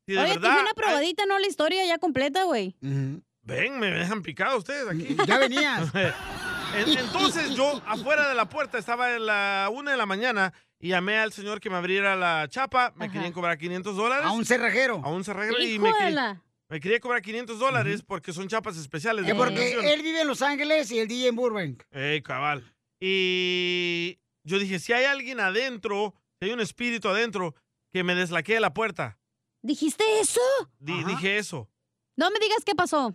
Speaker 4: si de
Speaker 3: Oye, te
Speaker 4: verdad...
Speaker 3: hice una probadita, ¿no? La historia ya completa, güey.
Speaker 4: Ven, me dejan picado ustedes aquí.
Speaker 1: <laughs> Ya venías.
Speaker 4: <laughs> En- Entonces yo afuera de la puerta estaba a la una de la mañana y llamé al señor que me abriera la chapa. Me querían cobrar 500 dólares.
Speaker 1: A un cerrajero.
Speaker 4: A un cerrajero. Y
Speaker 1: Hijo
Speaker 4: me,
Speaker 1: de
Speaker 4: quería-
Speaker 1: la-
Speaker 4: me quería cobrar 500 dólares porque son chapas especiales.
Speaker 1: Que
Speaker 4: de combinación.
Speaker 1: Eh, porque él vive en Los Ángeles y el DJ en Burbank.
Speaker 4: Ey, cabal. Y yo dije, si hay alguien adentro, si hay un espíritu adentro, que me deslaquee la puerta.
Speaker 3: ¿Dijiste eso?
Speaker 4: Di- dije eso.
Speaker 3: No me digas qué pasó.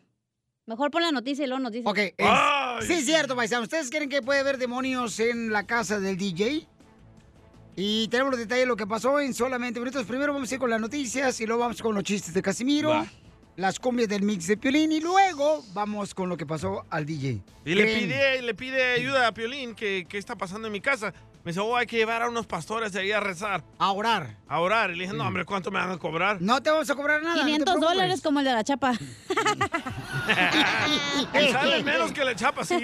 Speaker 3: Mejor pon la noticia y luego nos dices.
Speaker 1: Ok. Es- Sí, es cierto, paisano. ¿Ustedes creen que puede haber demonios en la casa del DJ? Y tenemos los detalles de lo que pasó en solamente minutos. Primero vamos a ir con las noticias y luego vamos con los chistes de Casimiro,
Speaker 4: Va.
Speaker 1: las cumbias del mix de Piolín y luego vamos con lo que pasó al DJ.
Speaker 4: Y le
Speaker 1: ¿Creen?
Speaker 4: pide, le pide ayuda a Piolín, que qué está pasando en mi casa. Me dice, oh, hay que llevar a unos pastores de ahí a rezar.
Speaker 1: A orar. Mm.
Speaker 4: A orar. Y le dije, no, hombre, ¿cuánto me van a cobrar?
Speaker 1: No te vamos a cobrar nada.
Speaker 3: 500
Speaker 4: <laughs>
Speaker 3: dólares como el de la chapa.
Speaker 1: <laughs>
Speaker 4: Y sale menos que la
Speaker 1: <laughs>
Speaker 4: chapa, sí.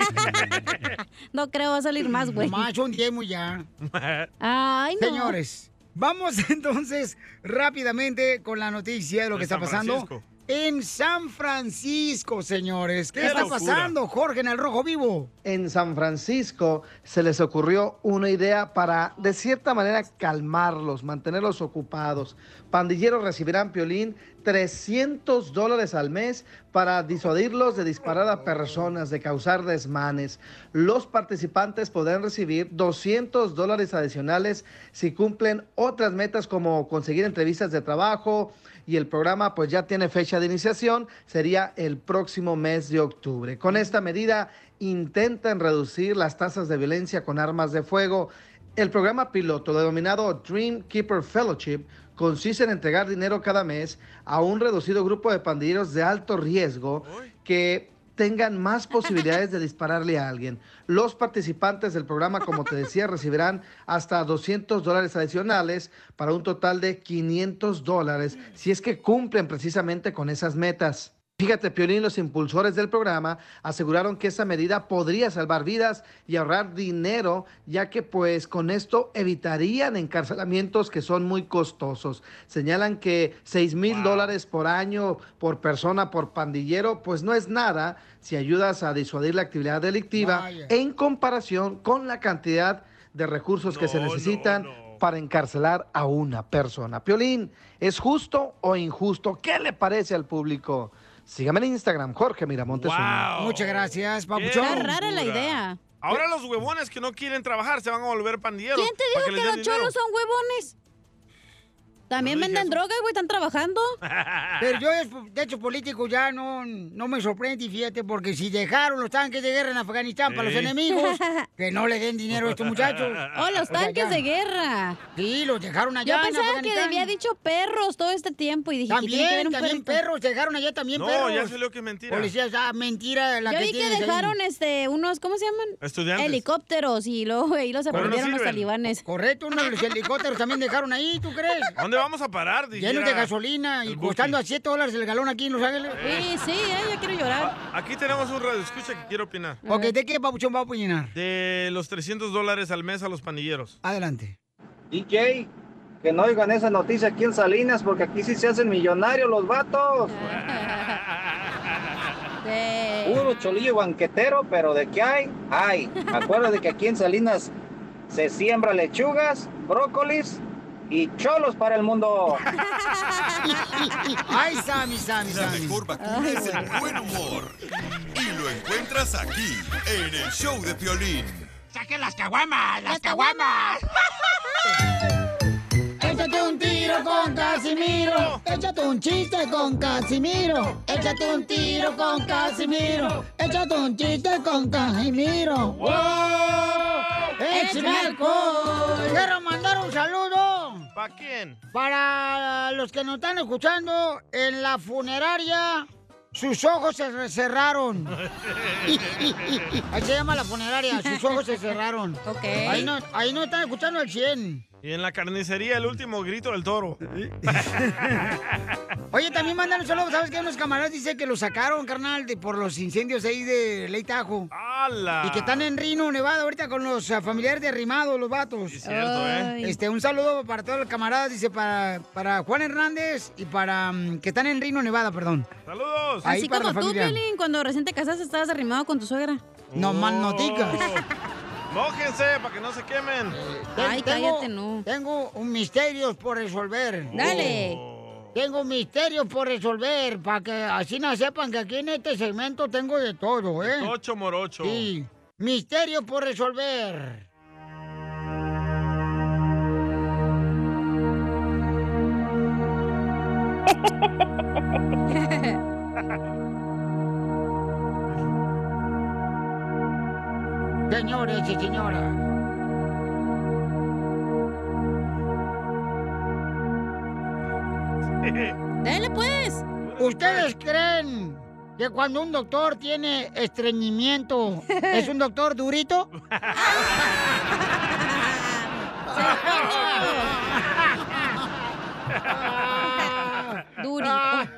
Speaker 3: No creo va a salir más, güey.
Speaker 1: Más un demo ya.
Speaker 3: Ay, no.
Speaker 1: Señores, vamos <laughs> entonces rápidamente con la noticia de lo
Speaker 4: De
Speaker 1: que está
Speaker 4: San
Speaker 1: pasando.
Speaker 4: Francisco.
Speaker 1: En San Francisco, señores. ¿Qué,
Speaker 2: ¡Qué
Speaker 1: está
Speaker 2: locura!
Speaker 1: pasando, Jorge, en el Rojo Vivo?
Speaker 2: en San Francisco se les ocurrió una idea para, de cierta manera, calmarlos, mantenerlos ocupados. Pandilleros recibirán, Piolín, 300 dólares al mes para disuadirlos de disparar a personas, de causar desmanes. Los participantes podrán recibir 200 dólares adicionales si cumplen otras metas como conseguir entrevistas de trabajo y el programa pues ya tiene fecha de iniciación, sería el próximo mes de octubre. Con esta medida intentan reducir las tasas de violencia con armas de fuego. El programa piloto denominado Dream Keeper Fellowship consiste en entregar dinero cada mes a un reducido grupo de pandilleros de alto riesgo que tengan más posibilidades de dispararle a alguien. Los participantes del programa, como te decía, recibirán hasta 200 dólares adicionales para un total de 500 dólares si es que cumplen precisamente con esas metas. Fíjate, Piolín, los impulsores del programa aseguraron que esa medida podría salvar vidas y ahorrar dinero, ya que pues con esto evitarían encarcelamientos que son muy costosos. Señalan que 6 mil dólares por año, por persona, por pandillero, pues no es nada si ayudas a disuadir la actividad delictiva
Speaker 1: Vaya.
Speaker 2: en comparación con la cantidad de recursos que se necesitan para encarcelar a una persona. Piolín, ¿es justo o injusto? ¿Qué le parece al público? Sígame en Instagram, Jorge Miramontes. uno.
Speaker 1: Este Muchas gracias, papuchón.
Speaker 3: Está rara la idea.
Speaker 4: Ahora los huevones que no quieren trabajar se van a volver pandilleros.
Speaker 3: ¿Quién te dijo que los cholos son huevones? También venden droga, güey, están trabajando.
Speaker 1: <laughs>
Speaker 4: <laughs>
Speaker 1: Pero yo, es- de hecho, político ya no, no me sorprende, fíjate, porque si dejaron los tanques de guerra en Afganistán para los
Speaker 3: Sí. <laughs>
Speaker 1: enemigos, que no le den dinero a estos muchachos.
Speaker 3: Oh, los tanques de guerra.
Speaker 1: Sí, los dejaron allá
Speaker 3: Yo
Speaker 1: en
Speaker 3: pensaba que
Speaker 1: Afganistán.
Speaker 3: debía dicho perros todo este tiempo y dije que tiene que
Speaker 1: También,
Speaker 3: ver un
Speaker 1: también
Speaker 3: perrito.
Speaker 1: perros, dejaron allá también
Speaker 4: No,
Speaker 1: perros.
Speaker 4: ya salió que es mentira.
Speaker 1: Policías, ah, mentira la
Speaker 3: Yo
Speaker 1: que
Speaker 3: vi que
Speaker 1: tienes ahí.
Speaker 3: dejaron este unos, ¿cómo se llaman?
Speaker 4: Estudiantes.
Speaker 3: Helicópteros y luego ahí los
Speaker 1: Pero no
Speaker 3: aprendieron los
Speaker 1: sirven.
Speaker 3: talibanes.
Speaker 1: Correcto,
Speaker 3: <laughs>
Speaker 1: unos helicópteros también dejaron ahí, ¿tú crees?
Speaker 4: ¿A ¿Dónde vamos a parar?
Speaker 1: Llenos de gasolina y costando a 7 dólares el galón aquí en Los Ángeles.
Speaker 4: Sí,
Speaker 3: sí, yo quiero llorar.
Speaker 4: Aquí tenemos un radio escucha que quiero opinar.
Speaker 1: Ok, ¿de qué papuchón va a opinar?
Speaker 4: De los 300 dólares al mes a los pandilleros.
Speaker 1: Adelante.
Speaker 5: DJ, que no oigan esa noticia aquí en Salinas porque aquí sí se hacen millonarios los vatos. Puro cholillo banquetero, pero ¿de qué hay? Hay. Acuérdate que aquí en Salinas se siembra lechugas, brócolis y cholos para el mundo.
Speaker 1: <laughs> Ay, Sammy, Sammy,
Speaker 8: La
Speaker 1: Sammy.
Speaker 8: mejor vacuna es el buen humor. Y lo encuentras aquí, en el show de Piolín.
Speaker 1: ¡Saque las caguamas! ¡Las caguamas! Échate un tiro con Casimiro. Échate un chiste con Casimiro. Échate un tiro con Casimiro. Échate un chiste con Casimiro.
Speaker 6: ¡Wow!
Speaker 1: ¡Échame alcohol! Quiero mandar un saludo.
Speaker 4: ¿Para quién?
Speaker 1: Para los que nos están escuchando, en la funeraria sus ojos se cerraron. Ahí se llama la funeraria, sus ojos se cerraron. Ok. Ahí no, ahí no están escuchando el 100.
Speaker 4: Y en la carnicería el último grito del toro.
Speaker 1: Oye, también mandan un saludo, ¿sabes qué? Unos camaradas dicen que lo sacaron, carnal, de- por los incendios ahí de Ley Tajo.
Speaker 4: ¡Hala!
Speaker 1: Y que están en Rino, Nevada, ahorita con los ah, familiares de Rimado, los vatos.
Speaker 4: es cierto, ¿eh? Ay.
Speaker 1: Este, un saludo para todos los camaradas, dice, para, para Juan Hernández y para... mm, que están en Rino, Nevada, perdón.
Speaker 4: ¡Saludos!
Speaker 1: Ahí
Speaker 3: Así
Speaker 1: para
Speaker 3: como
Speaker 1: la
Speaker 3: tú,
Speaker 1: familia.
Speaker 3: Piolín, cuando recién te casaste estabas arrimado con tu suegra.
Speaker 1: <laughs> No más no digas.
Speaker 4: Oh.
Speaker 1: Eh,
Speaker 4: Mójense para que no se quemen.
Speaker 1: Ten- Tengo un misterios por resolver.
Speaker 3: Oh.
Speaker 1: Oh.
Speaker 4: Dale.
Speaker 1: Tengo misterios por resolver, para que así no sepan que aquí en este segmento tengo de todo, ¿eh?
Speaker 4: Ocho morocho.
Speaker 1: Sí. Misterios por
Speaker 3: <laughs>
Speaker 1: resolver. Señores y señoras.
Speaker 3: Dale pues.
Speaker 1: ¿Ustedes creen que cuando un doctor tiene
Speaker 3: <laughs>
Speaker 1: estreñimiento es un doctor durito? <laughs>
Speaker 3: Durito.
Speaker 4: otro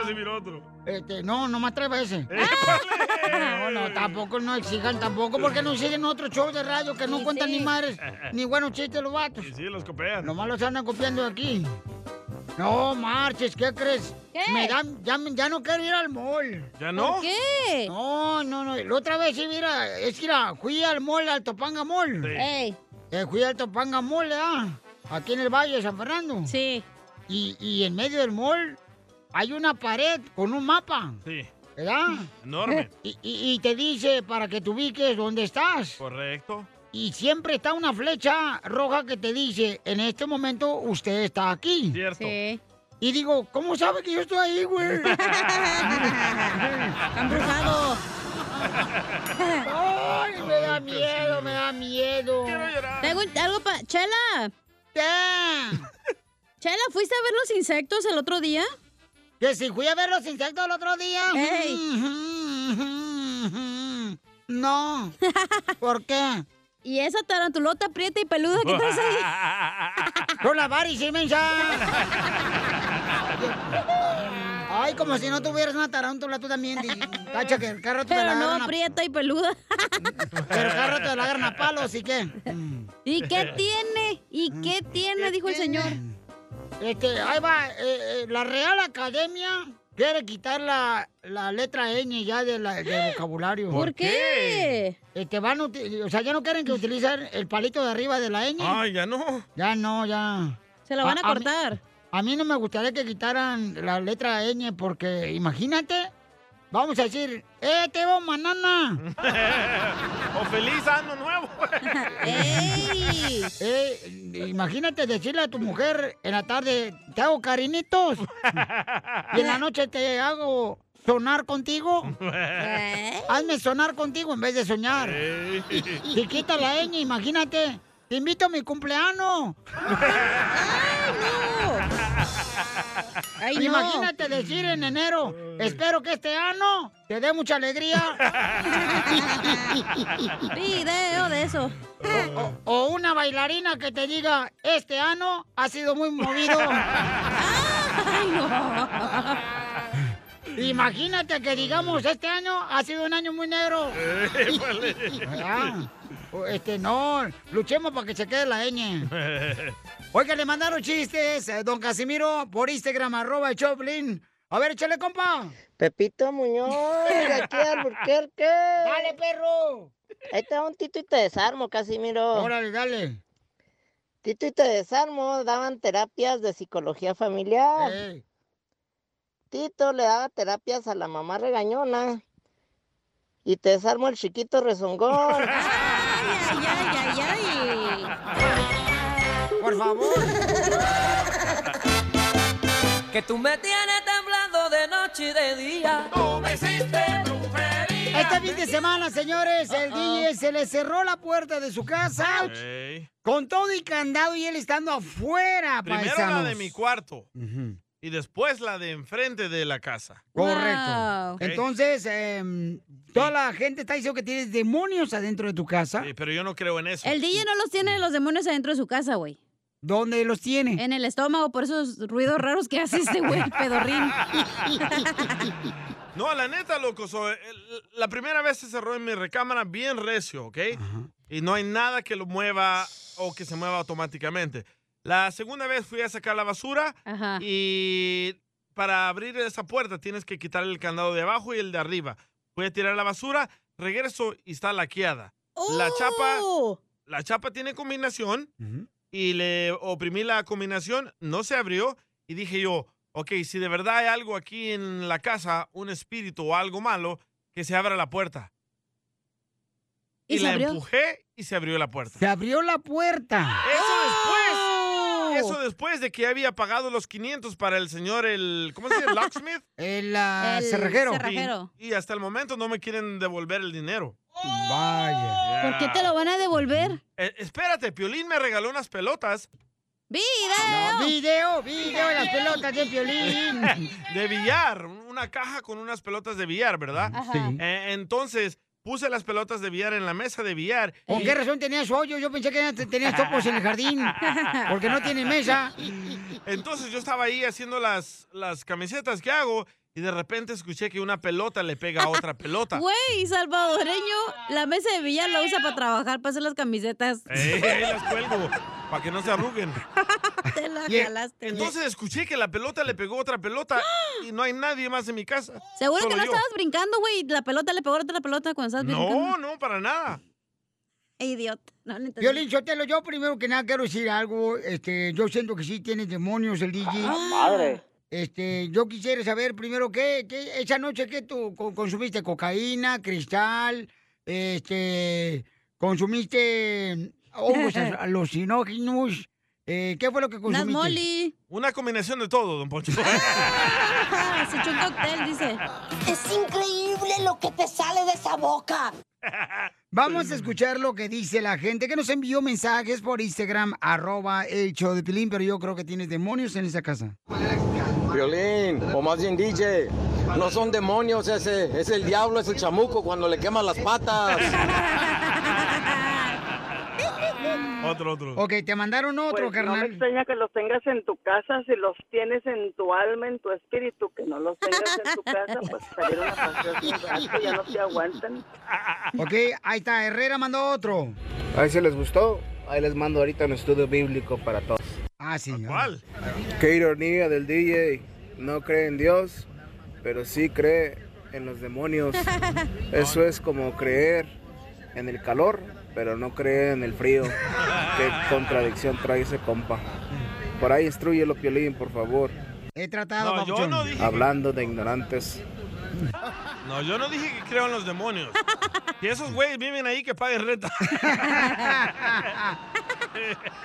Speaker 4: que se miró otro.
Speaker 1: Este, no, nomás tres veces. <laughs> No, no, tampoco no exijan, tampoco, porque no siguen otro show de radio que no cuentan ni madres, ni buenos chistes los vatos.
Speaker 4: Sí, los copian.
Speaker 1: Nomás los andan copiando de aquí. No, marches, ¿qué crees? Me dan, ya, me- ya no quiero ir al mall.
Speaker 4: ¿Ya no? ¿Por
Speaker 1: qué? No, no, no. La otra vez sí, mira, es que mira, fui al mall, al Topanga Mall. Eh, fui al Topanga Mall, ¿verdad? Aquí en el Valle de San Fernando.
Speaker 3: Sí.
Speaker 1: Y, y en medio del mall hay una pared con un mapa.
Speaker 4: Sí.
Speaker 1: ¿Verdad?
Speaker 4: Enorme.
Speaker 1: <laughs> Y, y- y te dice para que te ubiques dónde estás.
Speaker 4: Correcto. <laughs>
Speaker 1: Y siempre está una flecha roja que te dice, en este momento usted está aquí.
Speaker 4: Cierto.
Speaker 1: Y
Speaker 4: <laughs>
Speaker 1: digo, ¿cómo sabe que yo estoy ahí, güey? <laughs>
Speaker 3: Embrujado.
Speaker 1: Ay, me da miedo, me da miedo. Quiero llorar.
Speaker 3: Tengo un- algo para... ¡Chela! Chela, ¿fuiste a ver los insectos el otro día?
Speaker 1: Que si fui a ver los insectos el otro día.
Speaker 3: <laughs>
Speaker 1: No. ¿Por qué?
Speaker 3: ¿Y esa tarantulota prieta y peluda que traes
Speaker 4: <laughs>
Speaker 3: ahí?
Speaker 1: <laughs> Con la varis, mensa. Ay, como si no tuvieras una tarántula tú también. di- Cacha, que el carro te
Speaker 3: Pero
Speaker 1: la
Speaker 3: no
Speaker 1: agarran a-
Speaker 3: prieta y peluda.
Speaker 1: <laughs> Pero el carro te la agarran a palos, ¿y qué?
Speaker 3: ¿Y
Speaker 1: <laughs>
Speaker 3: qué tiene? ¿Y
Speaker 1: Mm.
Speaker 3: qué tiene? Dijo el señor.
Speaker 1: Este, ahí va, eh, eh, la Real Academia quiere quitar la, la letra ñ ya de la-
Speaker 4: <gasps>
Speaker 1: del vocabulario.
Speaker 4: ¿Por qué?
Speaker 1: Este, van, a uti- o sea, ya no quieren que utilicen el palito de arriba de la ñ.
Speaker 4: Ay, ya no.
Speaker 1: Ya no, ya.
Speaker 3: Se la van a
Speaker 1: cortar. A mí, no me gustaría que quitaran la letra ñ porque, imagínate, vamos a decir, ¡eh, te veo,
Speaker 4: <laughs>
Speaker 1: manana!
Speaker 4: o feliz año nuevo. <laughs>
Speaker 1: Ah, Eh, imagínate decirle a tu mujer en la tarde, te hago carinitos. y en la noche te hago sonar contigo. Hazme sonar contigo en vez de soñar. Si quita la ñ, imagínate. Te invito a mi cumpleaños.
Speaker 6: Ay, no.
Speaker 1: Imagínate decir en enero, espero que este año te dé mucha alegría. Video de eso. O, o una bailarina que te diga, este año ha sido muy movido. Imagínate que digamos, este año ha sido un año muy negro.
Speaker 9: Eh,
Speaker 1: ¿Verdad? O, Este, no, luchemos para que se quede la ñ. Oiga, le mandaron chistes, eh, don Casimiro, por Instagram, arroba el Choplin. A ver, échale, compa.
Speaker 25: Pepito Muñoz, de aquí a Alburquerque.
Speaker 1: Dale, perro.
Speaker 25: Ahí está un Tito y te desarmo, Casimiro.
Speaker 1: Órale, dale.
Speaker 25: Tito y te desarmo daban terapias de psicología familiar. Tito le daba terapias a la mamá regañona. Y te desarmo el chiquito
Speaker 1: <laughs>
Speaker 25: rezongón.
Speaker 6: ay, ay,
Speaker 1: Por favor.
Speaker 6: Que tú me tienes temblando de noche y de día. Tú me hiciste brujería.
Speaker 1: Este fin de semana, señores, el DJ se le cerró la puerta de su casa. Con todo y candado y él estando afuera,
Speaker 4: Primero
Speaker 1: paisanos.
Speaker 4: la de mi cuarto y después la de enfrente de la casa.
Speaker 1: Correcto.
Speaker 4: Ok.
Speaker 1: Entonces, em, toda la gente está diciendo que tienes demonios adentro de tu casa.
Speaker 4: Sí, pero yo no
Speaker 3: <laughs>
Speaker 4: creo en eso.
Speaker 3: El DJ no los tiene los demonios adentro de su casa, güey.
Speaker 1: ¿Dónde los tiene?
Speaker 3: En el estómago, por esos ruidos raros que hace este güey, pedorrín.
Speaker 4: <laughs> No, la neta, loco. so, el- la primera vez se cerró en mi recámara bien recio, ¿ok? Y no hay nada que lo mueva o que se mueva automáticamente. La segunda vez fui a sacar la basura y para abrir esa puerta tienes que quitar el candado de abajo y el de arriba. Voy a tirar la basura, regreso y está laqueada. La
Speaker 3: ¡Oh!
Speaker 4: chapa, la chapa tiene combinación y le oprimí la combinación, no se abrió y dije yo, ok, si de verdad hay algo aquí en la casa, un espíritu o algo malo, que se abra la puerta.
Speaker 1: ¿Y
Speaker 4: Y,
Speaker 1: se
Speaker 4: la
Speaker 1: abrió?
Speaker 4: empujé y se abrió la puerta.
Speaker 1: Se abrió la puerta. ¡Oh!
Speaker 4: Eso después, eso después de que había pagado los 500 para el señor, el, ¿cómo se dice? ¿El locksmith?
Speaker 1: <laughs> El, ah, El cerrajero. cerrajero.
Speaker 4: Y, y hasta el momento no me quieren devolver el dinero.
Speaker 1: Vaya.
Speaker 3: ¿Por qué te lo van a devolver?
Speaker 4: Eh, espérate, Piolín me regaló unas pelotas
Speaker 3: ¡Video!
Speaker 1: video, video de las pelotas de Piolín.
Speaker 4: <laughs> de billar, un- una caja con unas pelotas de billar, ¿verdad?
Speaker 1: Ajá. Sí.
Speaker 4: Eh, entonces puse las pelotas de billar en la mesa de billar.
Speaker 1: ¿Con
Speaker 4: y-
Speaker 1: qué razón tenías hoyo? Yo pensé que tenías topos en el
Speaker 4: <laughs>
Speaker 1: jardín. Porque no tiene mesa.
Speaker 4: Entonces yo estaba ahí haciendo las, las camisetas que hago y de repente escuché que una pelota le pega a otra pelota.
Speaker 3: Güey, salvadoreño, la mesa de billar la usa para trabajar, para hacer las camisetas.
Speaker 4: Ey, Eh, ahí las cuelgo para que no se arruguen.
Speaker 3: <laughs> Te la
Speaker 4: Y, eh,
Speaker 3: jalaste.
Speaker 4: Entonces escuché que la pelota le pegó a otra pelota y no hay nadie más en mi casa.
Speaker 3: Seguro que
Speaker 4: Solo
Speaker 3: no
Speaker 4: yo.
Speaker 3: estabas brincando, güey. La pelota le pegó a otra pelota cuando estabas
Speaker 4: No,
Speaker 3: brincando.
Speaker 4: no, para nada.
Speaker 3: Idiota. No, no entendí.
Speaker 1: Violín Sotelo, yo primero que nada quiero decir algo. Este, yo siento que sí tienes demonios el DJ.
Speaker 6: Ah, madre.
Speaker 1: Este, yo quisiera saber primero qué, qué- esa noche que tú co- consumiste cocaína, cristal, este, consumiste hongos al- alucinógenos, Eh, ¿Qué fue lo que consumiste?
Speaker 4: <laughs> Una combinación de todo, don Poncho.
Speaker 3: Se echó <laughs> un cóctel, dice.
Speaker 1: Es increíble lo que te sale de esa boca. <laughs> Vamos a escuchar lo que dice la gente que nos envió mensajes por Instagram, arroba el show de Pilín, pero yo creo que tienes demonios en esa casa.
Speaker 26: Violín, o más bien DJ, no son demonios ese, es el diablo, es el chamuco cuando le queman las patas.
Speaker 4: otro, otro.
Speaker 1: Ok, te mandaron otro,
Speaker 26: Pues,
Speaker 1: carnal.
Speaker 26: no
Speaker 24: me extraña que los tengas en tu casa, si los tienes en tu alma, en tu espíritu, que no los tengas en tu casa, pues salieron a pasear un rato, ya no te
Speaker 1: <laughs>
Speaker 24: aguantan.
Speaker 1: Ok, ahí está, Herrera mandó otro.
Speaker 15: Ahí se les gustó. Ahí les mando ahorita un estudio bíblico para todos.
Speaker 1: Ah, sí.
Speaker 4: ¿Cuál?
Speaker 15: Qué ironía del DJ. No cree en Dios, pero sí cree en los
Speaker 1: <laughs>
Speaker 15: demonios. Eso es como creer en el calor, pero no creer en el frío.
Speaker 1: <laughs>
Speaker 15: Qué contradicción trae ese compa. Por ahí instruyelo, Piolín, por favor.
Speaker 1: He tratado,
Speaker 4: No, yo
Speaker 1: papuchón.
Speaker 4: no dije-
Speaker 15: Hablando de ignorantes.
Speaker 4: No, yo no dije que creo en
Speaker 3: <laughs>
Speaker 4: los demonios. Y esos güeyes viven ahí que paguen renta.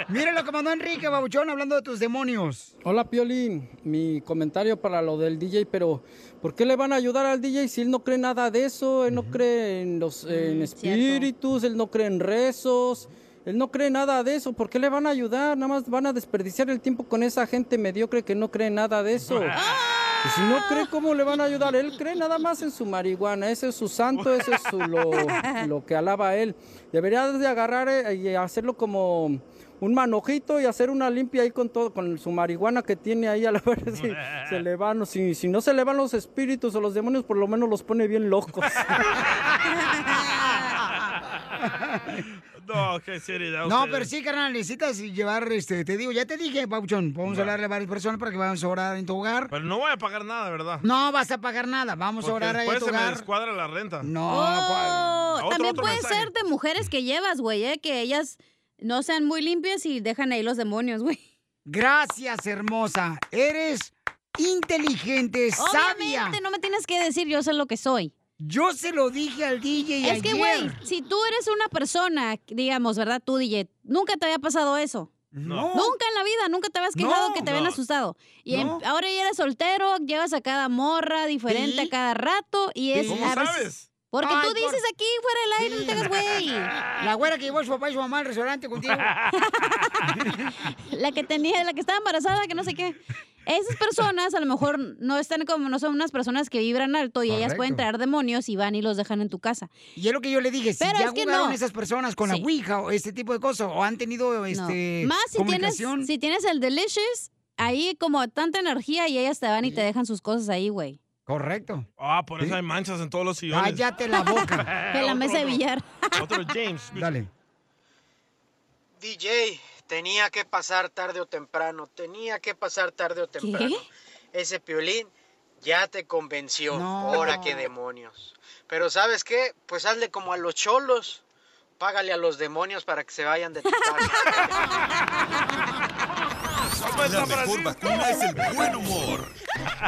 Speaker 1: Mira lo que mandó Enrique Babuchón hablando de tus demonios.
Speaker 27: Hola Piolín, mi comentario para lo del DJ, pero ¿por qué le van a ayudar al DJ si él no cree nada de eso? Él no cree en los en espíritus, él no cree en rezos, él no cree nada de eso. ¿Por qué le van a ayudar? Nada más van a desperdiciar el tiempo con esa gente mediocre que no cree nada de eso. Y si no cree, ¿cómo le van a ayudar? Él cree nada más en su marihuana, ese es su santo, ese es su, lo, lo que alaba a él. Debería de agarrar eh, y hacerlo como un manojito y hacer una limpia ahí con todo, con su marihuana que tiene ahí a la ver si se le van, si, si no se le van los espíritus o los demonios, por lo menos los pone bien locos.
Speaker 4: No, qué seriedad.
Speaker 1: No,
Speaker 4: ustedes.
Speaker 1: pero sí, carnal, necesitas llevar, este, te digo, ya te dije, Babuchón, vamos a hablarle a varias personas para que vayamos a orar en tu hogar.
Speaker 4: Pero no voy a pagar nada, ¿verdad?
Speaker 1: No vas a pagar nada, vamos a
Speaker 4: Porque
Speaker 1: orar ahí en
Speaker 4: después
Speaker 1: tu
Speaker 4: se me
Speaker 1: hogar.
Speaker 4: descuadra la renta.
Speaker 1: No,
Speaker 3: Oh,
Speaker 4: Otro,
Speaker 3: también
Speaker 4: otro
Speaker 3: puede
Speaker 4: mensaje.
Speaker 3: ser de mujeres que llevas, güey, eh, que ellas no sean muy limpias y dejan ahí los demonios, güey.
Speaker 1: Gracias, hermosa. Eres inteligente, sabia.
Speaker 3: Obviamente, no me tienes que decir, yo sé lo que soy.
Speaker 1: Yo se lo dije al DJ
Speaker 3: Es que,
Speaker 1: ayer.
Speaker 3: güey, si tú eres una persona, digamos, ¿verdad? Tú, DJ, nunca te había pasado eso.
Speaker 1: No.
Speaker 3: Nunca en la vida, nunca te habías quejado
Speaker 1: No.
Speaker 3: que te habían
Speaker 1: No.
Speaker 3: asustado. Y en-
Speaker 1: No.
Speaker 3: ahora ya eres soltero, llevas a cada morra diferente a cada rato y es...
Speaker 1: ¿Cómo
Speaker 3: a veces-
Speaker 1: sabes?
Speaker 3: Porque
Speaker 1: Ay,
Speaker 3: tú
Speaker 1: por-
Speaker 3: dices aquí, fuera del aire, no te hagas güey.
Speaker 1: <laughs> La güera que llevó a su papá y su mamá al restaurante contigo.
Speaker 3: <laughs> la que tenía, la que estaba embarazada, que no sé qué. Esas personas a lo mejor no están como, no son unas personas que vibran alto y ellas
Speaker 1: Correcto.
Speaker 3: pueden traer demonios y van y los dejan en tu casa.
Speaker 1: Y es lo que yo le dije, si
Speaker 3: Pero
Speaker 1: ya
Speaker 3: es que
Speaker 1: jugaron
Speaker 3: no.
Speaker 1: esas personas con
Speaker 3: Sí.
Speaker 1: la Ouija o este tipo de cosas, o han tenido
Speaker 3: No.
Speaker 1: este
Speaker 3: Más si tienes,
Speaker 1: comunicación.
Speaker 3: si tienes el Delicious, ahí como tanta energía y ellas te van y te dejan sus cosas ahí, güey.
Speaker 1: Correcto.
Speaker 4: Ah, por eso hay manchas en todos los sillones.
Speaker 1: Cállate la
Speaker 4: <laughs>
Speaker 1: boca.
Speaker 3: <laughs> Que la mesa de billar.
Speaker 4: Otro James.
Speaker 1: Dale.
Speaker 15: DJ, tenía que pasar tarde o temprano, tenía que pasar tarde o temprano. Ese piolín ya te convenció, ahora qué demonios. Pero ¿sabes qué? Pues hazle como a los cholos, págale a los demonios para que se vayan de tu casa.
Speaker 8: La mejor vacuna es el buen humor.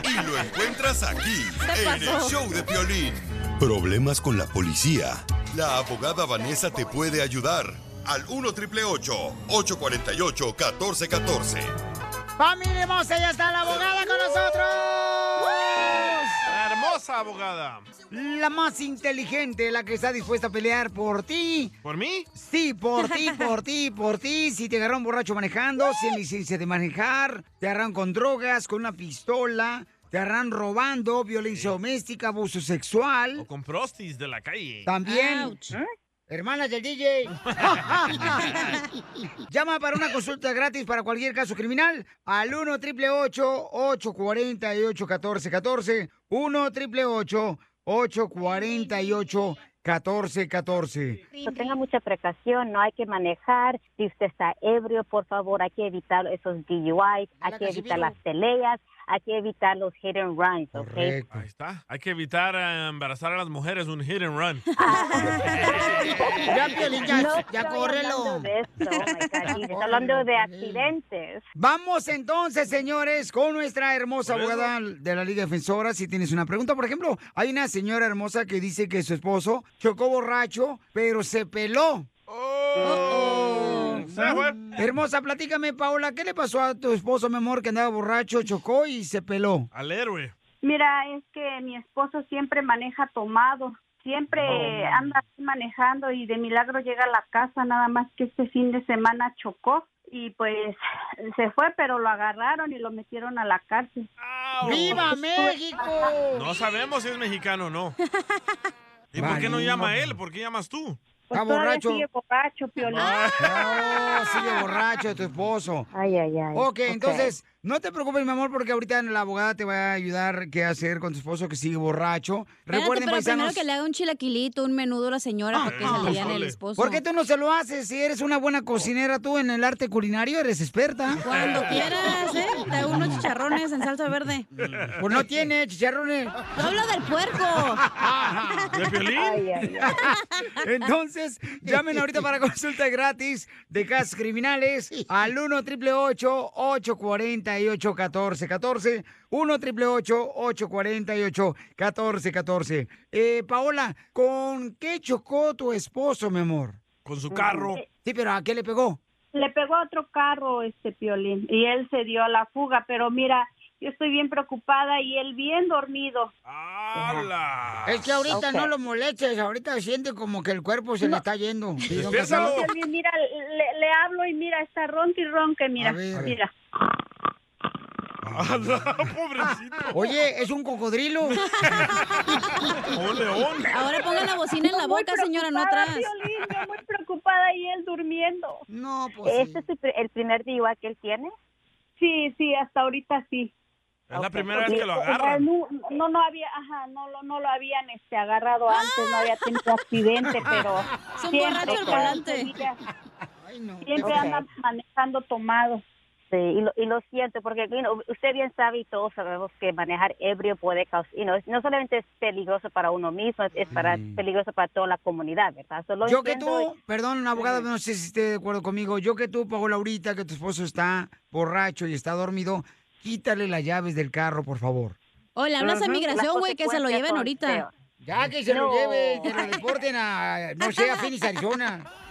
Speaker 8: Y lo encuentras aquí,
Speaker 15: Se
Speaker 8: en el
Speaker 15: pasó.
Speaker 8: show de Piolín. Problemas con la policía. La abogada Vanessa te puede ayudar. Al 1 triple 848 1414.
Speaker 1: ¡Familia hermosa! ¡Ya está la abogada con nosotros!
Speaker 4: La hermosa abogada.
Speaker 1: La más inteligente, la que está dispuesta a pelear por ti.
Speaker 4: ¿Por mí?
Speaker 1: Sí, por
Speaker 4: <laughs>
Speaker 1: ti, por ti, por ti. Si te agarraron borracho manejando, sin licencia de manejar, te agarran con drogas, con una pistola, te agarran robando, violencia doméstica, abuso sexual.
Speaker 4: Con prostis de la calle.
Speaker 1: También. ¿Eh? Hermanas del DJ. Llama para una consulta gratis para cualquier caso criminal al 1 888 848 1414 1 888 848 1414
Speaker 17: No tenga mucha precaución, no hay que manejar. Si usted está ebrio, por favor, hay que evitar esos DUIs, hay que
Speaker 4: Casimiro.
Speaker 17: evitar las peleas, hay que evitar los hit and runs, ¿ok?
Speaker 4: Ahí está. Hay que evitar eh, embarazar a las mujeres un hit and run.
Speaker 1: Ya, Piolín, ya,
Speaker 17: No
Speaker 1: ya
Speaker 17: estoy
Speaker 1: córrelo.
Speaker 17: hablando de esto, oh my God, y está
Speaker 1: <laughs>
Speaker 17: hablando de accidentes.
Speaker 1: Vamos entonces, señores, con nuestra hermosa abogada de la Liga Defensora. Si tienes una pregunta, por ejemplo, hay una señora hermosa que dice que su esposo chocó borracho, pero se peló. Mm. Hermosa, platícame, Paola, ¿qué le pasó a tu esposo, mi amor, que andaba borracho, chocó y se peló?
Speaker 4: Al héroe.
Speaker 14: Mira, es que mi esposo siempre maneja tomado, siempre
Speaker 4: Oh.
Speaker 14: anda así manejando y de milagro llega a la casa, nada más que este fin de semana chocó y pues se fue, pero lo agarraron y lo metieron a la cárcel.
Speaker 1: ¡Viva México!
Speaker 4: No sabemos si es mexicano o no. ¿Y por qué no llama él? ¿Por qué llamas tú?
Speaker 14: Pues
Speaker 1: Está
Speaker 14: todavía
Speaker 1: borracho.
Speaker 14: sigue borracho, Piolín.
Speaker 1: No, Oh, sigue borracho tu esposo.
Speaker 14: Ah. Ay, ay, ay.
Speaker 1: Ok, entonces, no te preocupes, mi amor, porque ahorita la abogada te va a ayudar qué hacer con tu esposo que sigue borracho.
Speaker 3: Espérate,
Speaker 1: Recuerden,
Speaker 3: pero
Speaker 1: paisanos.
Speaker 3: primero que le haga un chilaquilito, un menudo a la señora para que se
Speaker 1: Ah,
Speaker 3: le digan el
Speaker 1: híjole.
Speaker 3: esposo.
Speaker 1: ¿Por qué tú no se lo haces? Si eres una buena cocinera, tú en el arte culinario eres experta.
Speaker 3: Cuando quieras, ¿eh? Te hago <laughs> unos chicharrones en salsa verde.
Speaker 1: Pues no tiene chicharrones.
Speaker 3: No hablo del puerco.
Speaker 1: ¿De Piolín? <laughs>
Speaker 6: <laughs>
Speaker 1: Entonces, llamen ahorita para consulta gratis de casos criminales al 1 triple 848 1414 1 triple 848 1414 eh, Paola, ¿con qué chocó tu esposo, mi amor?
Speaker 4: Con su
Speaker 14: carro.
Speaker 1: Sí, pero ¿a qué le pegó?
Speaker 14: Le pegó a otro carro este Piolín y él se dio a la fuga, pero mira, yo estoy bien preocupada y él bien dormido.
Speaker 4: Ah,
Speaker 1: Es que ahorita
Speaker 14: Ok.
Speaker 1: no lo molestes, ahorita siente como que el cuerpo se le está yendo. Sí, don
Speaker 14: No,
Speaker 1: Casimiro.
Speaker 14: Piolín, mira, le, le hablo y mira, está ronca y ronca, mira, mira.
Speaker 4: Pobrecito.
Speaker 1: <laughs> Oye, es un cocodrilo.
Speaker 3: Ahora ponga la bocina en la
Speaker 14: Yo muy
Speaker 3: boca, señora, no
Speaker 14: preocupada,
Speaker 3: atrás.
Speaker 14: Piolín, yo muy preocupada y él durmiendo.
Speaker 1: No,
Speaker 4: pues
Speaker 14: ¿Este es el pri- el primer día que él tiene? Sí, sí, hasta ahorita sí.
Speaker 4: Es la primera vez
Speaker 14: Porque,
Speaker 4: que lo
Speaker 14: o sea,
Speaker 4: agarran.
Speaker 14: No, no, no había, ajá, no, lo- no lo habían este, agarrado antes, no había tenido accidente,
Speaker 17: <laughs>
Speaker 14: pero
Speaker 3: Es un
Speaker 14: siempre,
Speaker 3: borracho al
Speaker 14: cada
Speaker 3: volante.
Speaker 14: ocho días,
Speaker 17: Ok.
Speaker 14: siempre anda manejando tomado.
Speaker 17: Sí, y lo, y lo siento, porque you know, usted bien sabe y todos sabemos que manejar ebrio puede causar, you know, no solamente es peligroso para uno mismo, es, es para, peligroso para toda la comunidad, ¿verdad? So, lo
Speaker 1: Yo que
Speaker 17: entiendo y-
Speaker 1: tú, perdón, abogado,
Speaker 17: Ujú.
Speaker 1: no sé si esté de acuerdo conmigo. Yo que tú, Paola, ahorita que tu esposo está borracho y está dormido, quítale las llaves del carro, por favor.
Speaker 3: O le hablas a
Speaker 1: Ujú.
Speaker 3: migración,
Speaker 1: Las
Speaker 3: güey, que se lo
Speaker 1: consecuencias
Speaker 3: lleven
Speaker 1: son
Speaker 3: ahorita.
Speaker 1: feas. Ya que se
Speaker 17: No.
Speaker 1: lo lleve, que lo deporten a, no sé, a Phoenix, Arizona.
Speaker 17: <laughs>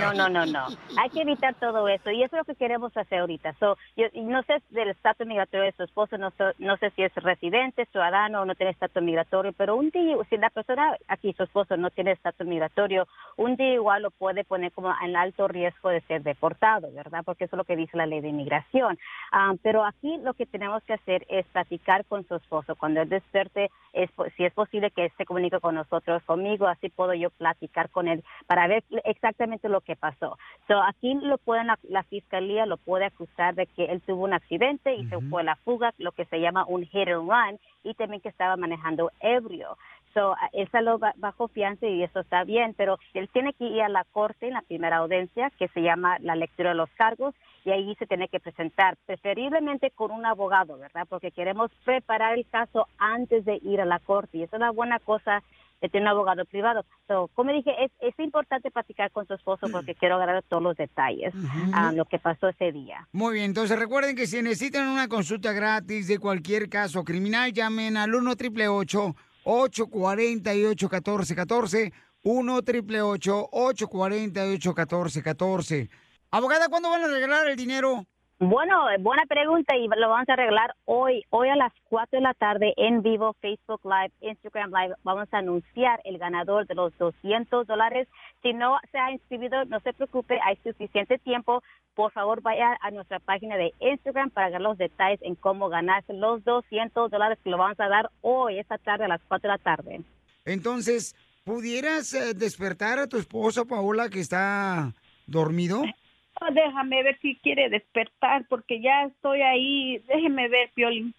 Speaker 17: No, no, no, no. Hay que evitar todo eso y eso es lo que queremos hacer ahorita. So, yo, y no sé del estatus migratorio de su esposo, no, so- no sé si es residente, ciudadano o no tiene estatus migratorio, pero un día, si la persona aquí, su esposo, no tiene estatus migratorio, un día igual lo puede poner como en alto riesgo de ser deportado, ¿verdad? Porque eso es lo que dice la ley de inmigración. Ah, pero aquí lo que tenemos que hacer es platicar con su esposo. Cuando él despierte, es, po- si es posible que él se comunique con nosotros, conmigo, así puedo yo platicar con él para ver exactamente lo que pasó. So, aquí lo pueden, ac- la fiscalía lo puede acusar de que él tuvo un accidente y se fue a la fuga, lo que se llama un hit and run, y también que estaba manejando ebrio. So, a- él salió ba- bajo fianza y eso está bien, pero él tiene que ir a la corte en la primera audiencia, que se llama la lectura de los cargos, y ahí se tiene que presentar, preferiblemente con un abogado, ¿verdad? Porque queremos preparar el caso antes de ir a la corte, y eso es una buena cosa de tener un abogado privado. So, como dije, es, es importante platicar con su esposo porque quiero agarrar todos los detalles a lo que pasó ese día.
Speaker 1: Muy bien, entonces recuerden que si necesitan una consulta gratis de cualquier caso criminal, llamen al 1 888 848 1414 1 888 848 1414 Abogada, ¿cuándo van a regalar el dinero?
Speaker 17: Bueno, eh, buena pregunta y lo vamos a arreglar hoy, hoy a las 4 de la tarde en vivo, Facebook Live, Instagram Live. Vamos a anunciar el ganador de los 200 dólares. Si no se ha inscrito, no se preocupe, hay suficiente tiempo. Por favor, vaya a nuestra página de Instagram para ver los detalles en cómo ganarse los 200 dólares que lo vamos a dar hoy, esta tarde, a las 4 de la tarde.
Speaker 1: Entonces, ¿pudieras eh, despertar a tu esposo, Paola, que está dormido? <laughs>
Speaker 14: No, déjame ver si quiere despertar, porque ya estoy ahí. Déjeme ver, Piolín.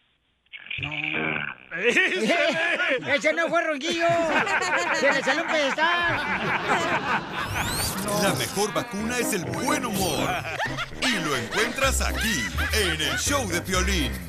Speaker 1: ¡Ese no fue ronquillo! ¡Se le salió un pedestal!
Speaker 8: La mejor vacuna es el buen humor. Y lo encuentras aquí, en el show de Piolín.